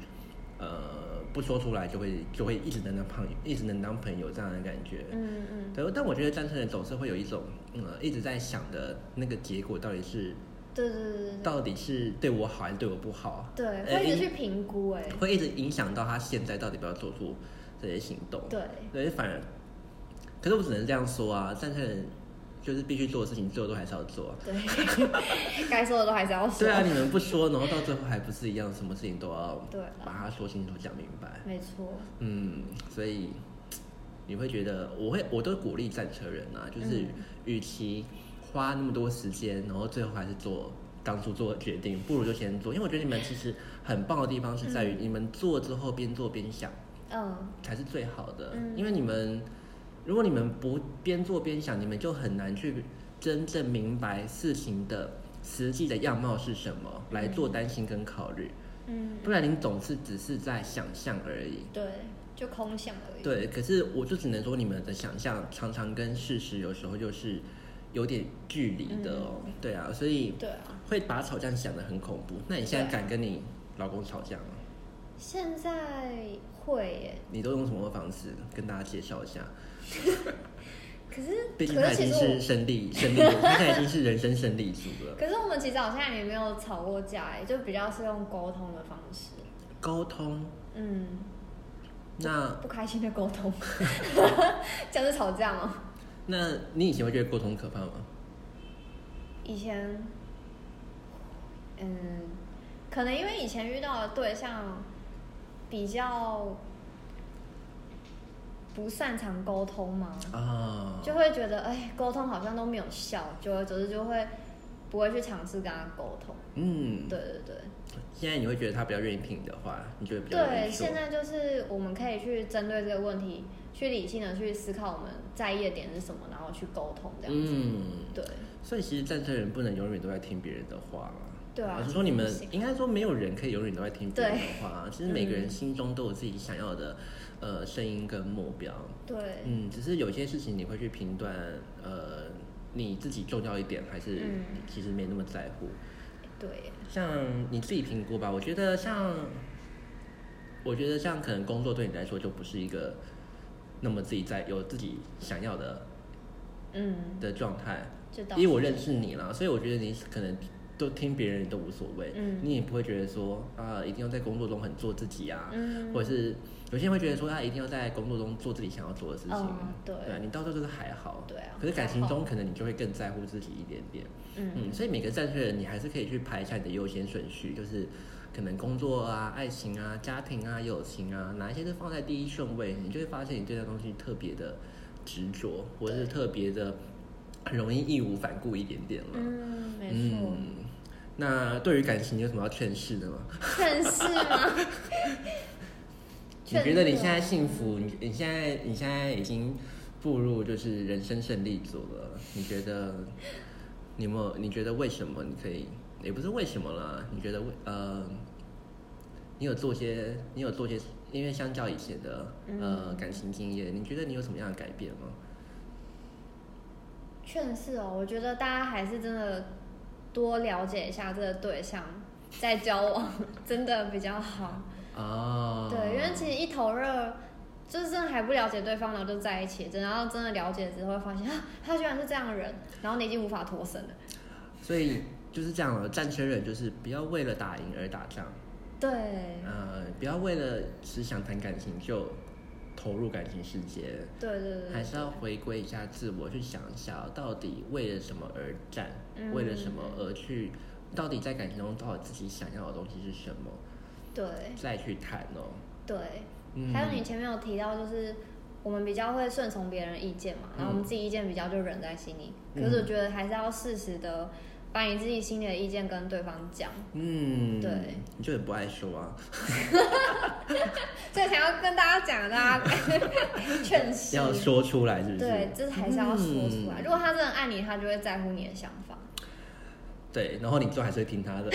呃不说出来就会就会一直能当朋友，一直能当朋友这样的感觉。嗯嗯，对，但我觉得单身人总是会有一种，嗯，一直在想的那个结果到底是对对对对到底是对我好还是对我不好？对，呃对，会一直因去评估哎、会一直影响到他现在到底要不要做出这些行动。对，对，反而，可是我只能这样说啊，战胜人就是必须做的事情，最后都还是要做啊。对， 该说的都 还是要说，对啊，你们不说，然后到最后还不是一样，什么事情都要对啊把它说清楚、讲明白。没错，嗯，所以你会觉得，我会我都鼓励战车人啊，就是嗯与其花那么多时间，然后最后还是做当初做的决定，不如就先做。因为我觉得你们其实很棒的地方是在于，你们做之后边做边想。嗯，才是最好的，嗯因为你们如果你们不边做边想，你们就很难去真正明白事情的实际的样貌是什么，来做担心跟考虑。嗯，不然你总是只是在想象而已。对，就空想而已。对，可是我就只能说，你们的想象常常跟事实有时候就是有点距离的哦。嗯对啊，所以对啊，会把吵架想得很恐怖。那你现在对啊敢跟你老公吵架吗？现在会耶，你都用什么方式跟大家介绍一下？可是毕竟可他是已其经实是我，胜利胜利，他现在已经是人生胜利组了。可是我们其实好像也没有吵过架耶，就比较是用沟通的方式，沟通，嗯，那不开心的沟 通，这样是吵架吗？那你以前会觉得沟通可怕吗？以前，嗯，可能因为以前遇到的对象比较不擅长沟通嘛，啊、就会觉得哎，沟通好像都没有效，久而久之就会不会去尝试跟他沟通。嗯，对对对，现在你会觉得他比较愿意听你的话，你就会比较愿对，意说现。在就是我们可以去针对这个问题，去理性的去思考我们在意的点是什么，然后去沟通这样子。嗯，对，所以其实战车人不能永远都在听别人的话啦。对啊老实说，你们不行应该说没有人可以永远都在听别人的话啊。其实每个人嗯心中都有自己想要的，呃，声音跟目标。对，嗯，只是有些事情你会去评断，呃，你自己重要一点，还是嗯其实没那么在乎。对耶，像你自己评估吧，我觉得像，我觉得像可能工作对你来说就不是一个那么自己在有自己想要的嗯，的状态，就到因为我认识你啦，所以我觉得你可能都听别人都无所谓，嗯你也不会觉得说啊、一定要在工作中很做自己啊，嗯，或者是有些人会觉得说他啊一定要在工作中做自己想要做的事情，嗯对对啊，你到时候就是还好，对啊可是感情还中可能你就会更在乎自己一点点，嗯嗯，所以每个战士你还是可以去排一下你的优先顺序，就是可能工作啊、爱情啊、家庭啊、友情啊，哪一些是放在第一顺位，你就会发现你对那东西特别的执着，或者是特别的容易义无反顾一点点了。嗯，没错，嗯，那对于感情你有什么要劝世的吗？劝世吗？ 你觉得你现在劝世幸福，你你现在你现在已经步入就是人生胜利组了，你觉得你有没有？你觉得为什么你可以？也不是为什么啦，你觉得为呃，你有做些，你有做些，因为相较以前的嗯呃感情经验，你觉得你有什么样的改变吗？吗劝世哦，我觉得大家还是真的多了解一下这个对象，再交往真的比较好。哦，对，因为其实一头热，就是真的还不了解对方，然后就在一起，然后真的了解之后会发现啊，他居然是这样的人，然后你已经无法脱身了。所以就是这样了，战车人就是不要为了打赢而打仗，对，呃，不要为了只想谈感情就投入感情世界。对对对，还是要回归一下自我，去想一下到底为了什么而战，嗯为了什么而去，到底在感情中到底自己想要的东西是什么，对再去谈哦。对。嗯，还有你前面有提到，就是我们比较会顺从别人意见嘛，然后我们自己意见比较就忍在心里。嗯可是我觉得还是要适时的把你自己心里的意见跟对方讲，嗯，对，你就很不爱说啊，所以才要跟大家讲，大家 劝世。要说出来是不是？对，这还是要说出来。嗯如果他真的爱你，他就会在乎你的想法。对，然后你最后还是会听他 的，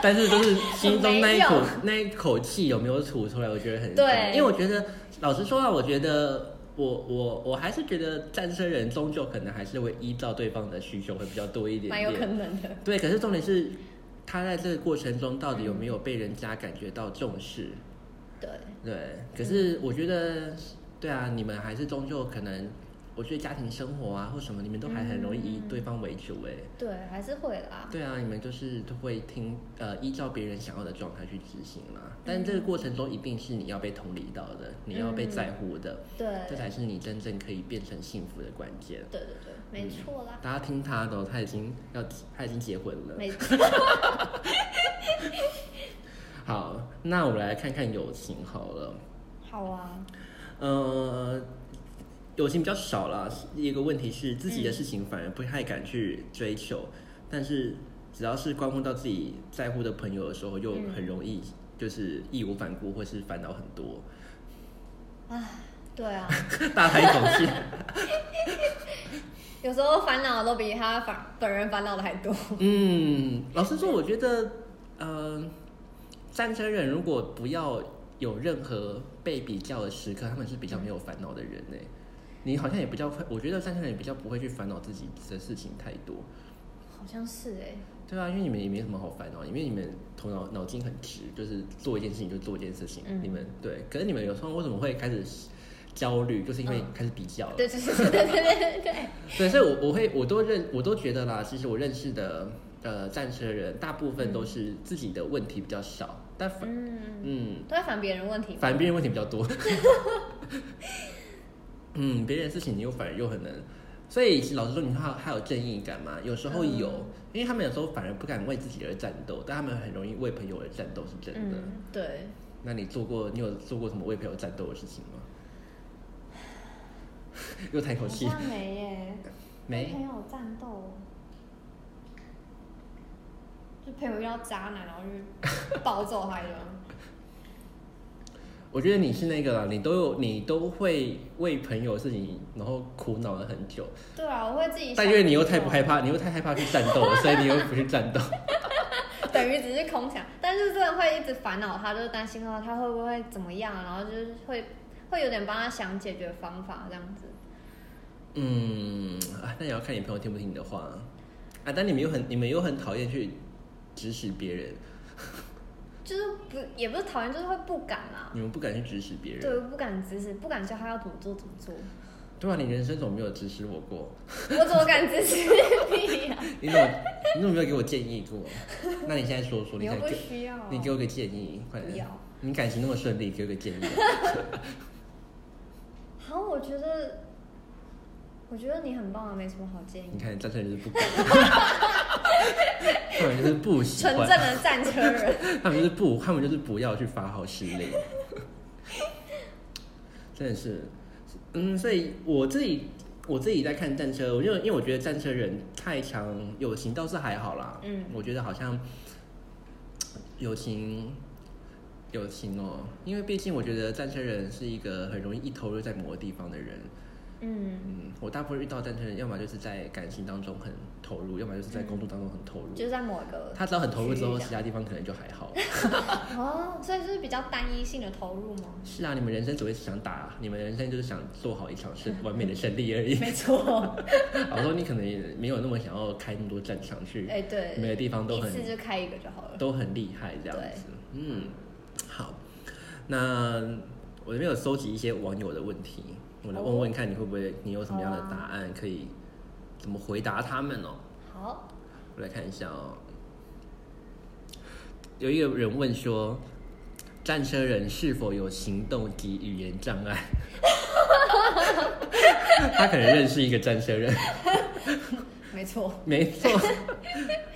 但是就是心中那一没口有那一口气有没有吐出来，我觉得很对重要因为我觉得老实说啊，我觉得我我我还是觉得战胜人终究可能还是会依照对方的需求会比较多一点蛮有可点，能的。对，可是重点是他在这个过程中到底有没有被人家感觉到重视，对，对，可是我觉得，对啊，你们还是终究可能，我觉得家庭生活啊或什么，你们都还很容易以嗯对方为主哎、对，还是会啦。对啊，你们就是都会听呃，依照别人想要的状态去执行嘛。但这个过程中，一定是你要被同理到的，你要被在乎的，对，这对才是你真正可以变成幸福的关键。对对，嗯没错啦。大家听他的哦、他已经要他已经结婚了。没错。 好，那我们来看看友情好了。好啊。呃，友情比较少啦。一个问题是自己的事情反而不太敢去追求，但是只要是关乎到自己在乎的朋友的时候，又很容易就是义无反顾，或是烦恼很多。对啊，大叹一口气，有时候烦恼都比他反本人烦恼的还多。嗯，老实说，我觉得，呃，战车人如果不要有任何被比较的时刻，他们是比较没有烦恼的人呢、你好像也比较会，我觉得战车人也比较不会去烦恼自己的事情太多。好像是哎、对啊，因为你们也没什么好烦恼，因为你们头脑脑筋很直，就是做一件事情就做一件事情。嗯你们对，可是你们有时候为什么会开始焦虑，就是因为开始比较了。嗯对对对对对对 对，对，所以我我会我都认我都觉得啦，其实我认识的呃战车人，大部分都是自己的问题比较少，但反嗯，嗯都在烦别人问题。反而别人问题比较多。 嗯，别人的事情你又反而又很能，所以其实老实说，你还有还有正义感嘛？有时候嗯有，因为他们有时候反而不敢为自己而战斗，但他们很容易为朋友而战斗，是真的。嗯，对，那你做过，你有做过什么为朋友战斗的事情吗？ 又叹一口好气，像没耶、没跟朋友战斗，就朋友遇到渣男，然后就暴揍他一 顿。我觉得你是那个啦，你都有，你都会为朋友的事情，然后苦恼了很久。对啊，我会自己。但因为你又太不害，怕，你又太害怕去战斗了，所以你又不去战斗。 等于只是空想，但是真的会一直烦恼他，就是担心哦，他会不会怎么样，然后就是会会有点帮他想解决方法这样子。嗯，啊那也要看你朋友听不听你的话啊。啊但你们又很，你们又很讨厌去指使别人，就是不也不是讨厌，就是会不敢啦。你们不敢去指使别人。对，不敢指使，不敢教他要怎么做怎么做。对啊，你人生怎么没有指使我过？ 我怎么敢支持你呀、啊你怎么？你怎么没有给我建议过？那你现在说说，你你又再不给，需要，啊你给我个建议，快不点要。你感情那么顺利，给我个建议啊。好，我觉得，我觉得你很棒啊，没什么好建你议。看，张成就是不 管，他们就是不喜纯欢正，的战车人， 他们就是不，他们就是不要去发号施令， 真的是，嗯，所以我自己我自己在看战车，我就因为我觉得战车人太强，友情倒是还好啦，嗯我觉得好像友情。友情哦，因为毕竟我觉得战车人是一个很容易一头热在某个地方的人，嗯，嗯，我大部分遇到单身人，要么就是在感情当中很投入，要么就是在工作当中很投入。就是在某一个他只要很投入之后，区域其这样他地方可能就还好。啊哦，所以就是比较单一性的投入吗？是啊，你们人生只会想打，你们人生就是想做好一场 胜完美的胜利而已。没错，然后你可能也没有那么想要开那么多战场去，哎，对，每个地方都一很次就开一个就好了。都很厉害这样子。嗯，好，那我这边有搜集一些网友的问题，我来哦问问看你会不会，你有什么样的好啊答案可以怎么回答他们哦？好，我来看一下哦。有一个人问说，战车人是否有行动及语言障碍？ 他可能认识一个战车人，没错，没 错。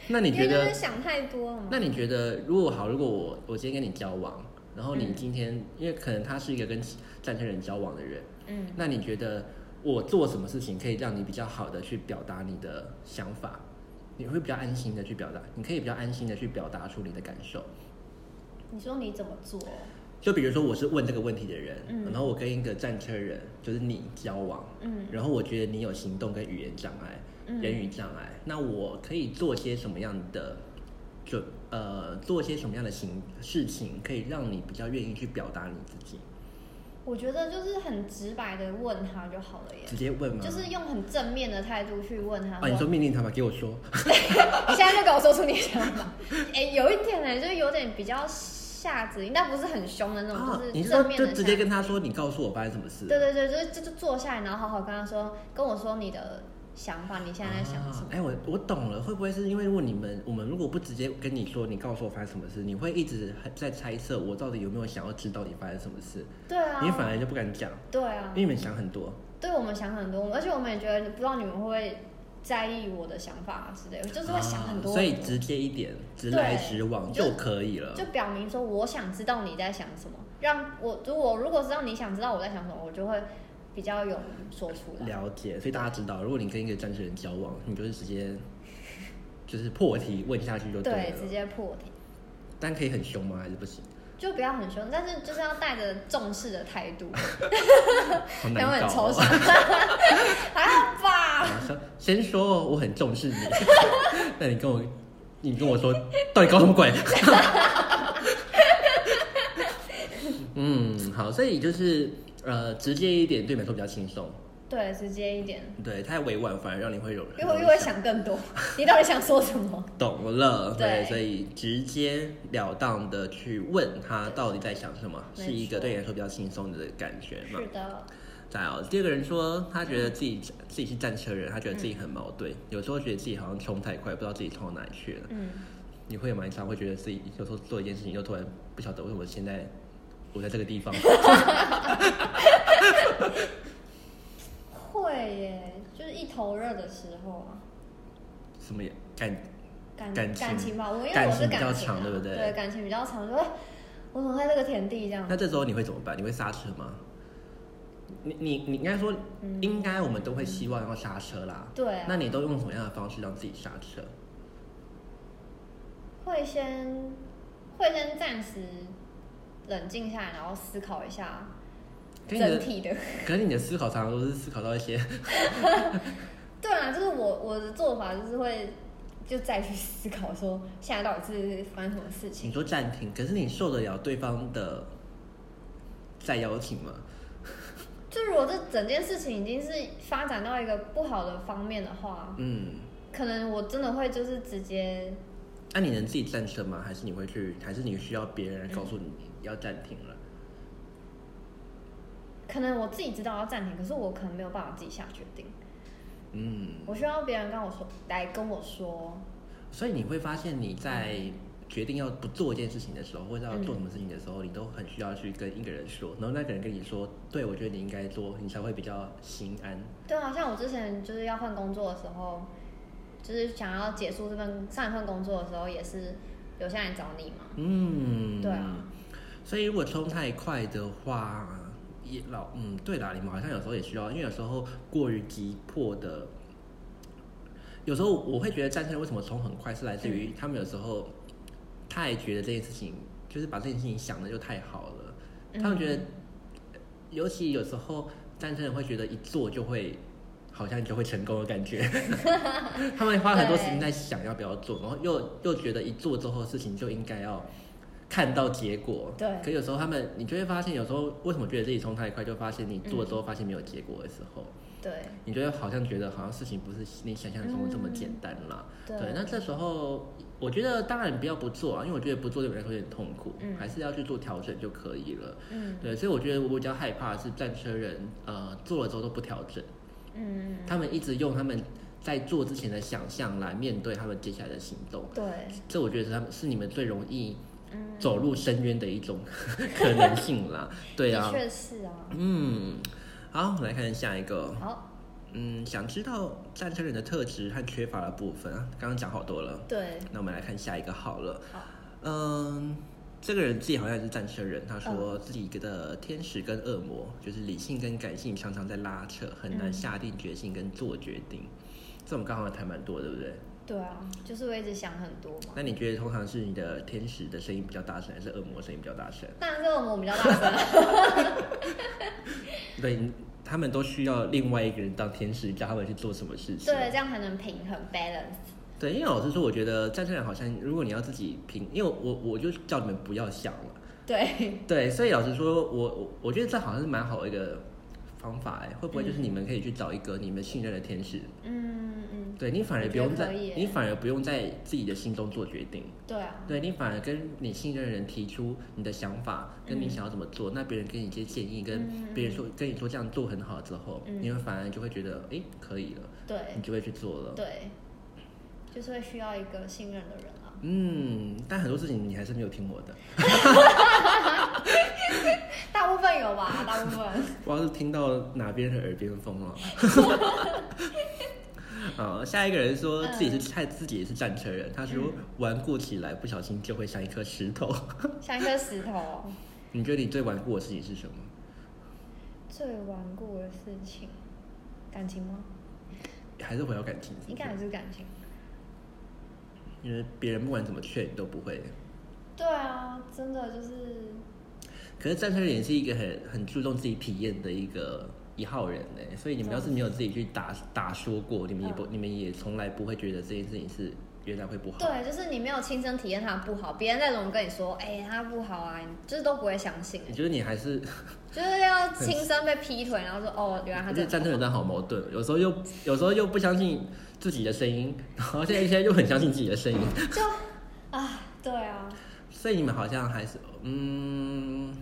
那你因觉为就是得？想太多了嘛。那你觉得，如果好，如果我我今天跟你交往，然后嗯你今天，因为可能他是一个跟战车人交往的人，嗯，那你觉得我做什么事情可以让你比较好的去表达你的想法？你会比较安心的去表达，你可以比较安心的去表达出你的感受。你说你怎么做？就比如说，我是问这个问题的人，嗯然后我跟一个战车人，就是你交往，嗯然后我觉得你有行动跟语言障碍、嗯言语障碍，那我可以做些什么样的准呃，做些什么样的行事情，可以让你比较愿意去表达你自己？我觉得就是很直白的问他就好了耶直，接问吗？就是用很正面的态度去问他。嗯啊，你说命令他吗？给我说。 你现在就跟我说出你的想法。哎、有一点呢、就是有点比较下指令，但不是很凶的那种，啊，就你是是说正面的就下直接跟他说，你告诉我发生什么事？对对对，就是就就坐下来，然后好好跟他说，跟我说你的想法，你现在在想什啊么？哎、我我懂了，会不会是因为如果你们我们如果不直接跟你说，你告诉我发生什么事，你会一直很在猜测我到底有没有想要知道你发生什么事，对啊，你反而就不敢讲，对啊因，为你们想很多。对我们想很多，而且我们也觉得不知道你们会不会在意我的想法啊之类的，就是会想很多、啊所以呃直接一点，直来直往就就可以了就。表明说我想知道你在想什么，让我如果如果知道你想知道我在想什么，我就会比较勇于说出来。了解，所以大家知道，如果你跟一个战士人交往，你就是直接就是破题问下去就了。对，直接破题。但可以很凶吗？还是不行？就不要很凶，但是就是要带着重视的态度， 好然难后很搞、抽哦。象，还好吧？啊先 说哦我很重视你， 那你跟我，你跟我说，到底搞什么鬼？ 嗯，好，所以就是呃，直接一点对你来说比较轻松，对，直接一点，对，太委婉反而让你会有因为我又会想更多，你到底想说 什么？懂了，对，对所以直截了当的去问他到底在想什么，没是一个错对你来说比较轻松的感觉嘛是。的，再哦，第二个人说他觉得自己自己是战车人，他觉得自己很矛盾，有时候觉得自己好像冲太快，不知道自己冲到哪里去了。嗯，你会有蛮常会觉得自己有时候做一件事情，又突然不晓得为什么现在我在这个地方。 会耶，就是一头热的时候啊，什么也感感感情情吧，我因为感我情是比较感情、长啊，对不对对？感情比较长，就会我怎么在这个田地这样？那这时候你会怎么办？你会刹车吗？你你你应该说，应该我们都会希望要刹车啦。嗯对啊那你都用什么样的方式让自己刹车？会先会先暂时冷静下来，然后思考一下可是你整的，体的 可是你的思考常常都是思考到一些，对啊，就是我我的做法就是会就再去思考说现在到底是发生什么事你情。说暂停，可是你受得了对方的再邀请吗？就如果这整件事情已经是发展到一个不好的方面的话，嗯，可能我真的会就是直接那、你能自己站车吗？还是你会去？还是你需要别人来告诉你要暂停了？可能我自己知道要暂停，可是我可能没有办法自己下决定，嗯，我需要别人跟我说来跟我说，所以你会发现你在决定要不做一件事情的时候，或者要做什么事情的时候，你都很需要去跟一个人说，然后那个人跟你说，对我觉得你应该做，你才会比较心安。对啊，像我之前就是要换工作的时候，就是想要结束这份上一份工作的时候，也是有下来找你嘛。嗯，对啊。所以如果冲太快的话，也老嗯，对啦，你们好像有时候也需要，因为有时候过于急迫的，有时候我会觉得战胜为什么冲很快，是来自嗯于他们有时候太觉得这件事情，就是把这件事情想的就太好了，他们觉嗯得，尤其有时候战胜会觉得一做就会。好像就会成功的感觉， 他们花很多时间在想要不要做，然后又又觉得一做之后事情就应该要看到结果。对可有时候他们，你就会发现，有时候为什么觉得自己冲太快，就发现你做之后发现没有结果的时候，对你就会好像觉得好像事情不是你想象中的这么简单啦。对对，那这时候我觉得当然不要不做啊，因为我觉得不做对我来说有点痛苦，嗯还是要去做调整就可以了。嗯对，所以我觉得我比较害怕的是战车人，呃，做了之后都不调整，嗯，他们一直用他们在做之前的想象来面对他们接下来的行动，对，这我觉得是他们是你们最容易嗯，走入深渊的一种 可能性啦。对啊的，确是啊。嗯，好，我们来看下一个。好，嗯，想知道战车人的特质和缺乏的部分啊，刚刚讲好多了。对，那我们来看下一个好了。好嗯，这个人自己好像也是战车人，他说自己的天使跟恶魔，就是理性跟感性常常在拉扯，很难嗯下定决心跟做决定。这我们刚好谈蛮多，对不对？对啊，就是我一直想很多嘛。那你觉得通常是你的天使的声音比较大声，还是恶魔的声音比较大声？当然是恶魔比较 大声啊，对，你他们都需要另外一个人当天使，叫他们去做什么事情。对，这样才能平衡 balance。对，因为老实说，我觉得战车人好像，如果你要自己拼，因为我我就叫你们不要想了。对，对，所以老实说，我我我觉得这好像是蛮好的一个方法哎，会不会就是你们可以去找一个你们信任的天使，嗯嗯，对你反而不用在我觉得可以耶欸你反而不用在自己的心中做决定，对啊，对你反而跟你信任的人提出你的想法，跟你嗯想要怎么做，那别人给你一些建议，跟嗯别人说跟你说这样做很好之后，嗯你们反而就会觉得哎可以了，对你就会去做了。对，就是会需要一个信任的人啊。 嗯，但很多事情你还是没有听我的，大部分有 吧，大部分。不知道是听到哪边的耳边风 了。啊，下一个人说自己是菜，自己也是战车人。他说嗯顽固起来，不小心就会像一颗石头。 像一颗石头。你觉得你最顽固的事情是什么？最顽固的事情，感情吗？还是回到感情是不是？应该还是感情。因为别人不管怎么劝你都不会。对啊，真的就是，可是战车人也是一个很很注重自己体验的一个一号人呢，所以你们要是没有自己去打打说过，你们也不、你们也从来不会觉得这件事情是原来会不好。嗯对，就是你没有亲身体验它的不好，别人再怎么跟你说，哎、他不好啊，你就是都不会相信、你觉得你还是就是要亲身被劈腿，然后 说，哦，原来他我觉得真战的车人真的好矛盾，有时候又有时候又不相信自己的声音，然后现在现在又很相信自己的声音， 就，啊，对啊，所以你们好像还是嗯，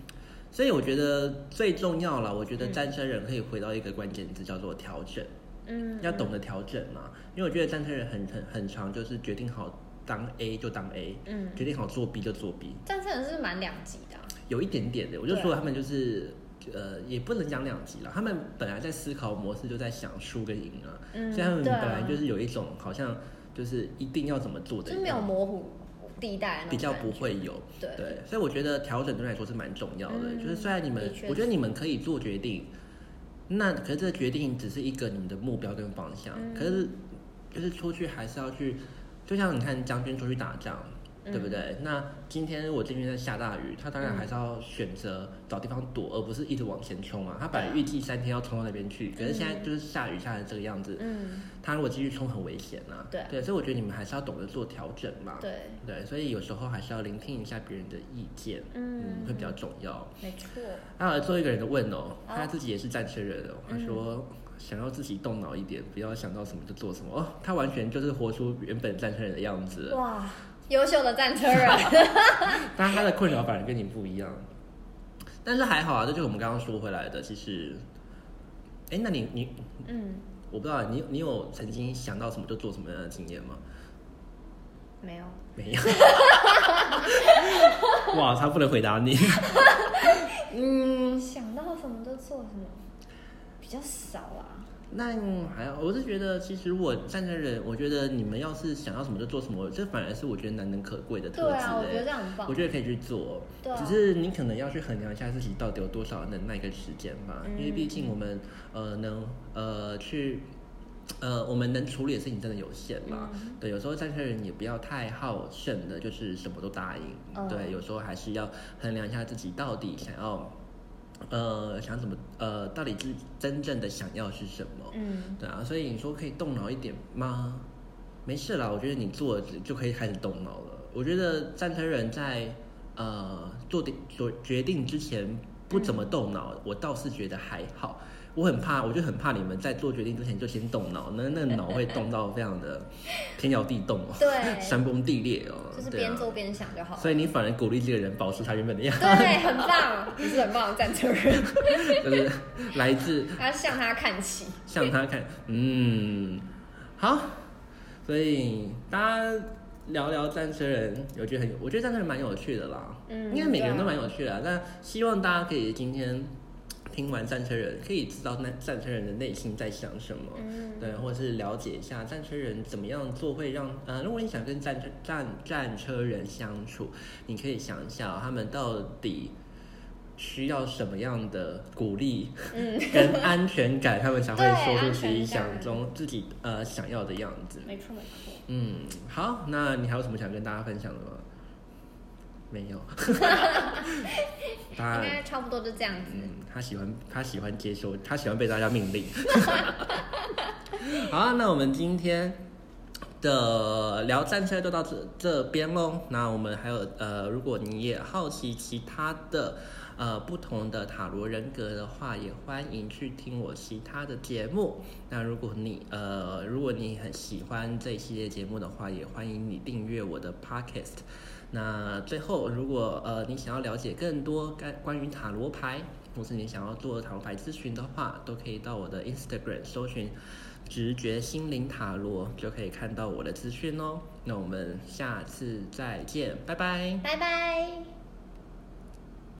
所以我觉得最重要了，我觉得战车人可以回到一个关键字叫做调整，嗯，要懂得调整嘛，因为我觉得战车人很很很长，就是决定好当 A 就当 A，嗯，决定好做 B 就做 B，但这人是蛮两极的啊、有一点点的，我就对啊说他们就是。呃，也不能讲两极了。他们本来在思考模式就在想输跟赢啊，嗯，所以他们对本啊来就是有一种好像就是一定要怎么做的就一是没有样，模糊地带那种比较感不觉，会有。对对，所以我觉得调整对你来说是蛮重要的。嗯就是虽然你们的，确我觉得你们可以做决定，那可是这个决定只是一个你们的目标跟方向，嗯可是就是出去还是要去，就像你看将军出去打仗。嗯对不对？那今天我这边在下大雨，他当然还是要选择找地方躲，而不是一直往前冲啊。他本来预计三天要冲到那边去，可是现在就是下雨下成这个样子，嗯，他如果继续冲很危险啊。对所以我觉得你们还是要懂得做调整嘛。对，对，所以有时候还是要聆听一下别人的意见，嗯会比较重要。没错，啊，最后一个人的问哦，好他自己也是战车人哦，他说想要自己动脑一点，不要想到什么就做什么哦，他完全就是活出原本战车人的样子，哇，优秀的战车人。 但他的困扰反而跟你不一样。但是还好啊，这就是我们刚刚说回来的，其实，哎，那你你嗯，我不知道你你有曾经想到什么就做什么样的经验吗？没有，没有。 哇，他不能回答你。嗯，想到什么就做什么，比较少啊。 那还好，我是觉得，其实我站在人，我觉得你们要是想要什么就做什么，这反而是我觉得难能可贵的特质、对欸。啊，我觉得这样很棒我。觉得可以去做，对啊只是你可能要去衡量一下自己到底有多少能耐跟时间吧，嗯因为毕竟我们呃能呃去呃我们能处理的事情真的有限嘛。嗯对，有时候站车人也不要太好胜的，就是什么都答应。嗯对，有时候还是要衡量一下自己到底想要呃想怎么呃到底自己真正的想要是什么。嗯，对啊，所以你说可以动脑一点吗？没事啦，我觉得你做了就可以开始动脑了。我觉得赞成人在呃做定做决定之前不怎么动脑，我倒是觉得还好。我很怕，我就很怕你们在做决定之前就先动脑，那那脑会动到非常的天摇地动哦， 对山崩地裂哦，就是对边啊。做边想就好了。所以你反而鼓励这个人保持他原本的样子， 对，很棒，你是很棒的战车人， 就是来自要向他看齐。向他看，嗯，好，所以大家聊聊战车人，我觉得很有，我觉得战车人蛮有趣的啦，嗯应该每个人都对蛮啊有趣的啦，但希望大家可以今天听完战车人，可以知道那战车人的内心在想什么。嗯，对，或者是了解一下战车人怎么样做会让呃，如果你想跟战车战战车人相处，你可以想一下、他们到底需要什么样的鼓励，嗯， 跟安全感，他们才会对说出安自全己感想中自己呃想要的样子。没错没错。嗯，好，那你还有什么想跟大家分享的吗？没 有， 应他该差不多就这样子。嗯，他喜欢他喜欢接受，他喜欢被大家命令。 好啊，那我们今天的聊战车就到这这边喽。那我们还有呃，如果你也好奇其他的呃不同的塔罗人格的话，也欢迎去听我其他的节目。那如果你呃，如果你很喜欢这一系列节目的话，也欢迎你订阅我的 podcast。那最后，如果呃你想要了解更多关关于塔罗牌，或是你想要做塔罗牌咨询的话，都可以到我的 Instagram 搜寻“直觉心灵塔罗”，就可以看到我的资讯哦。那我们下次再见，拜拜。拜拜。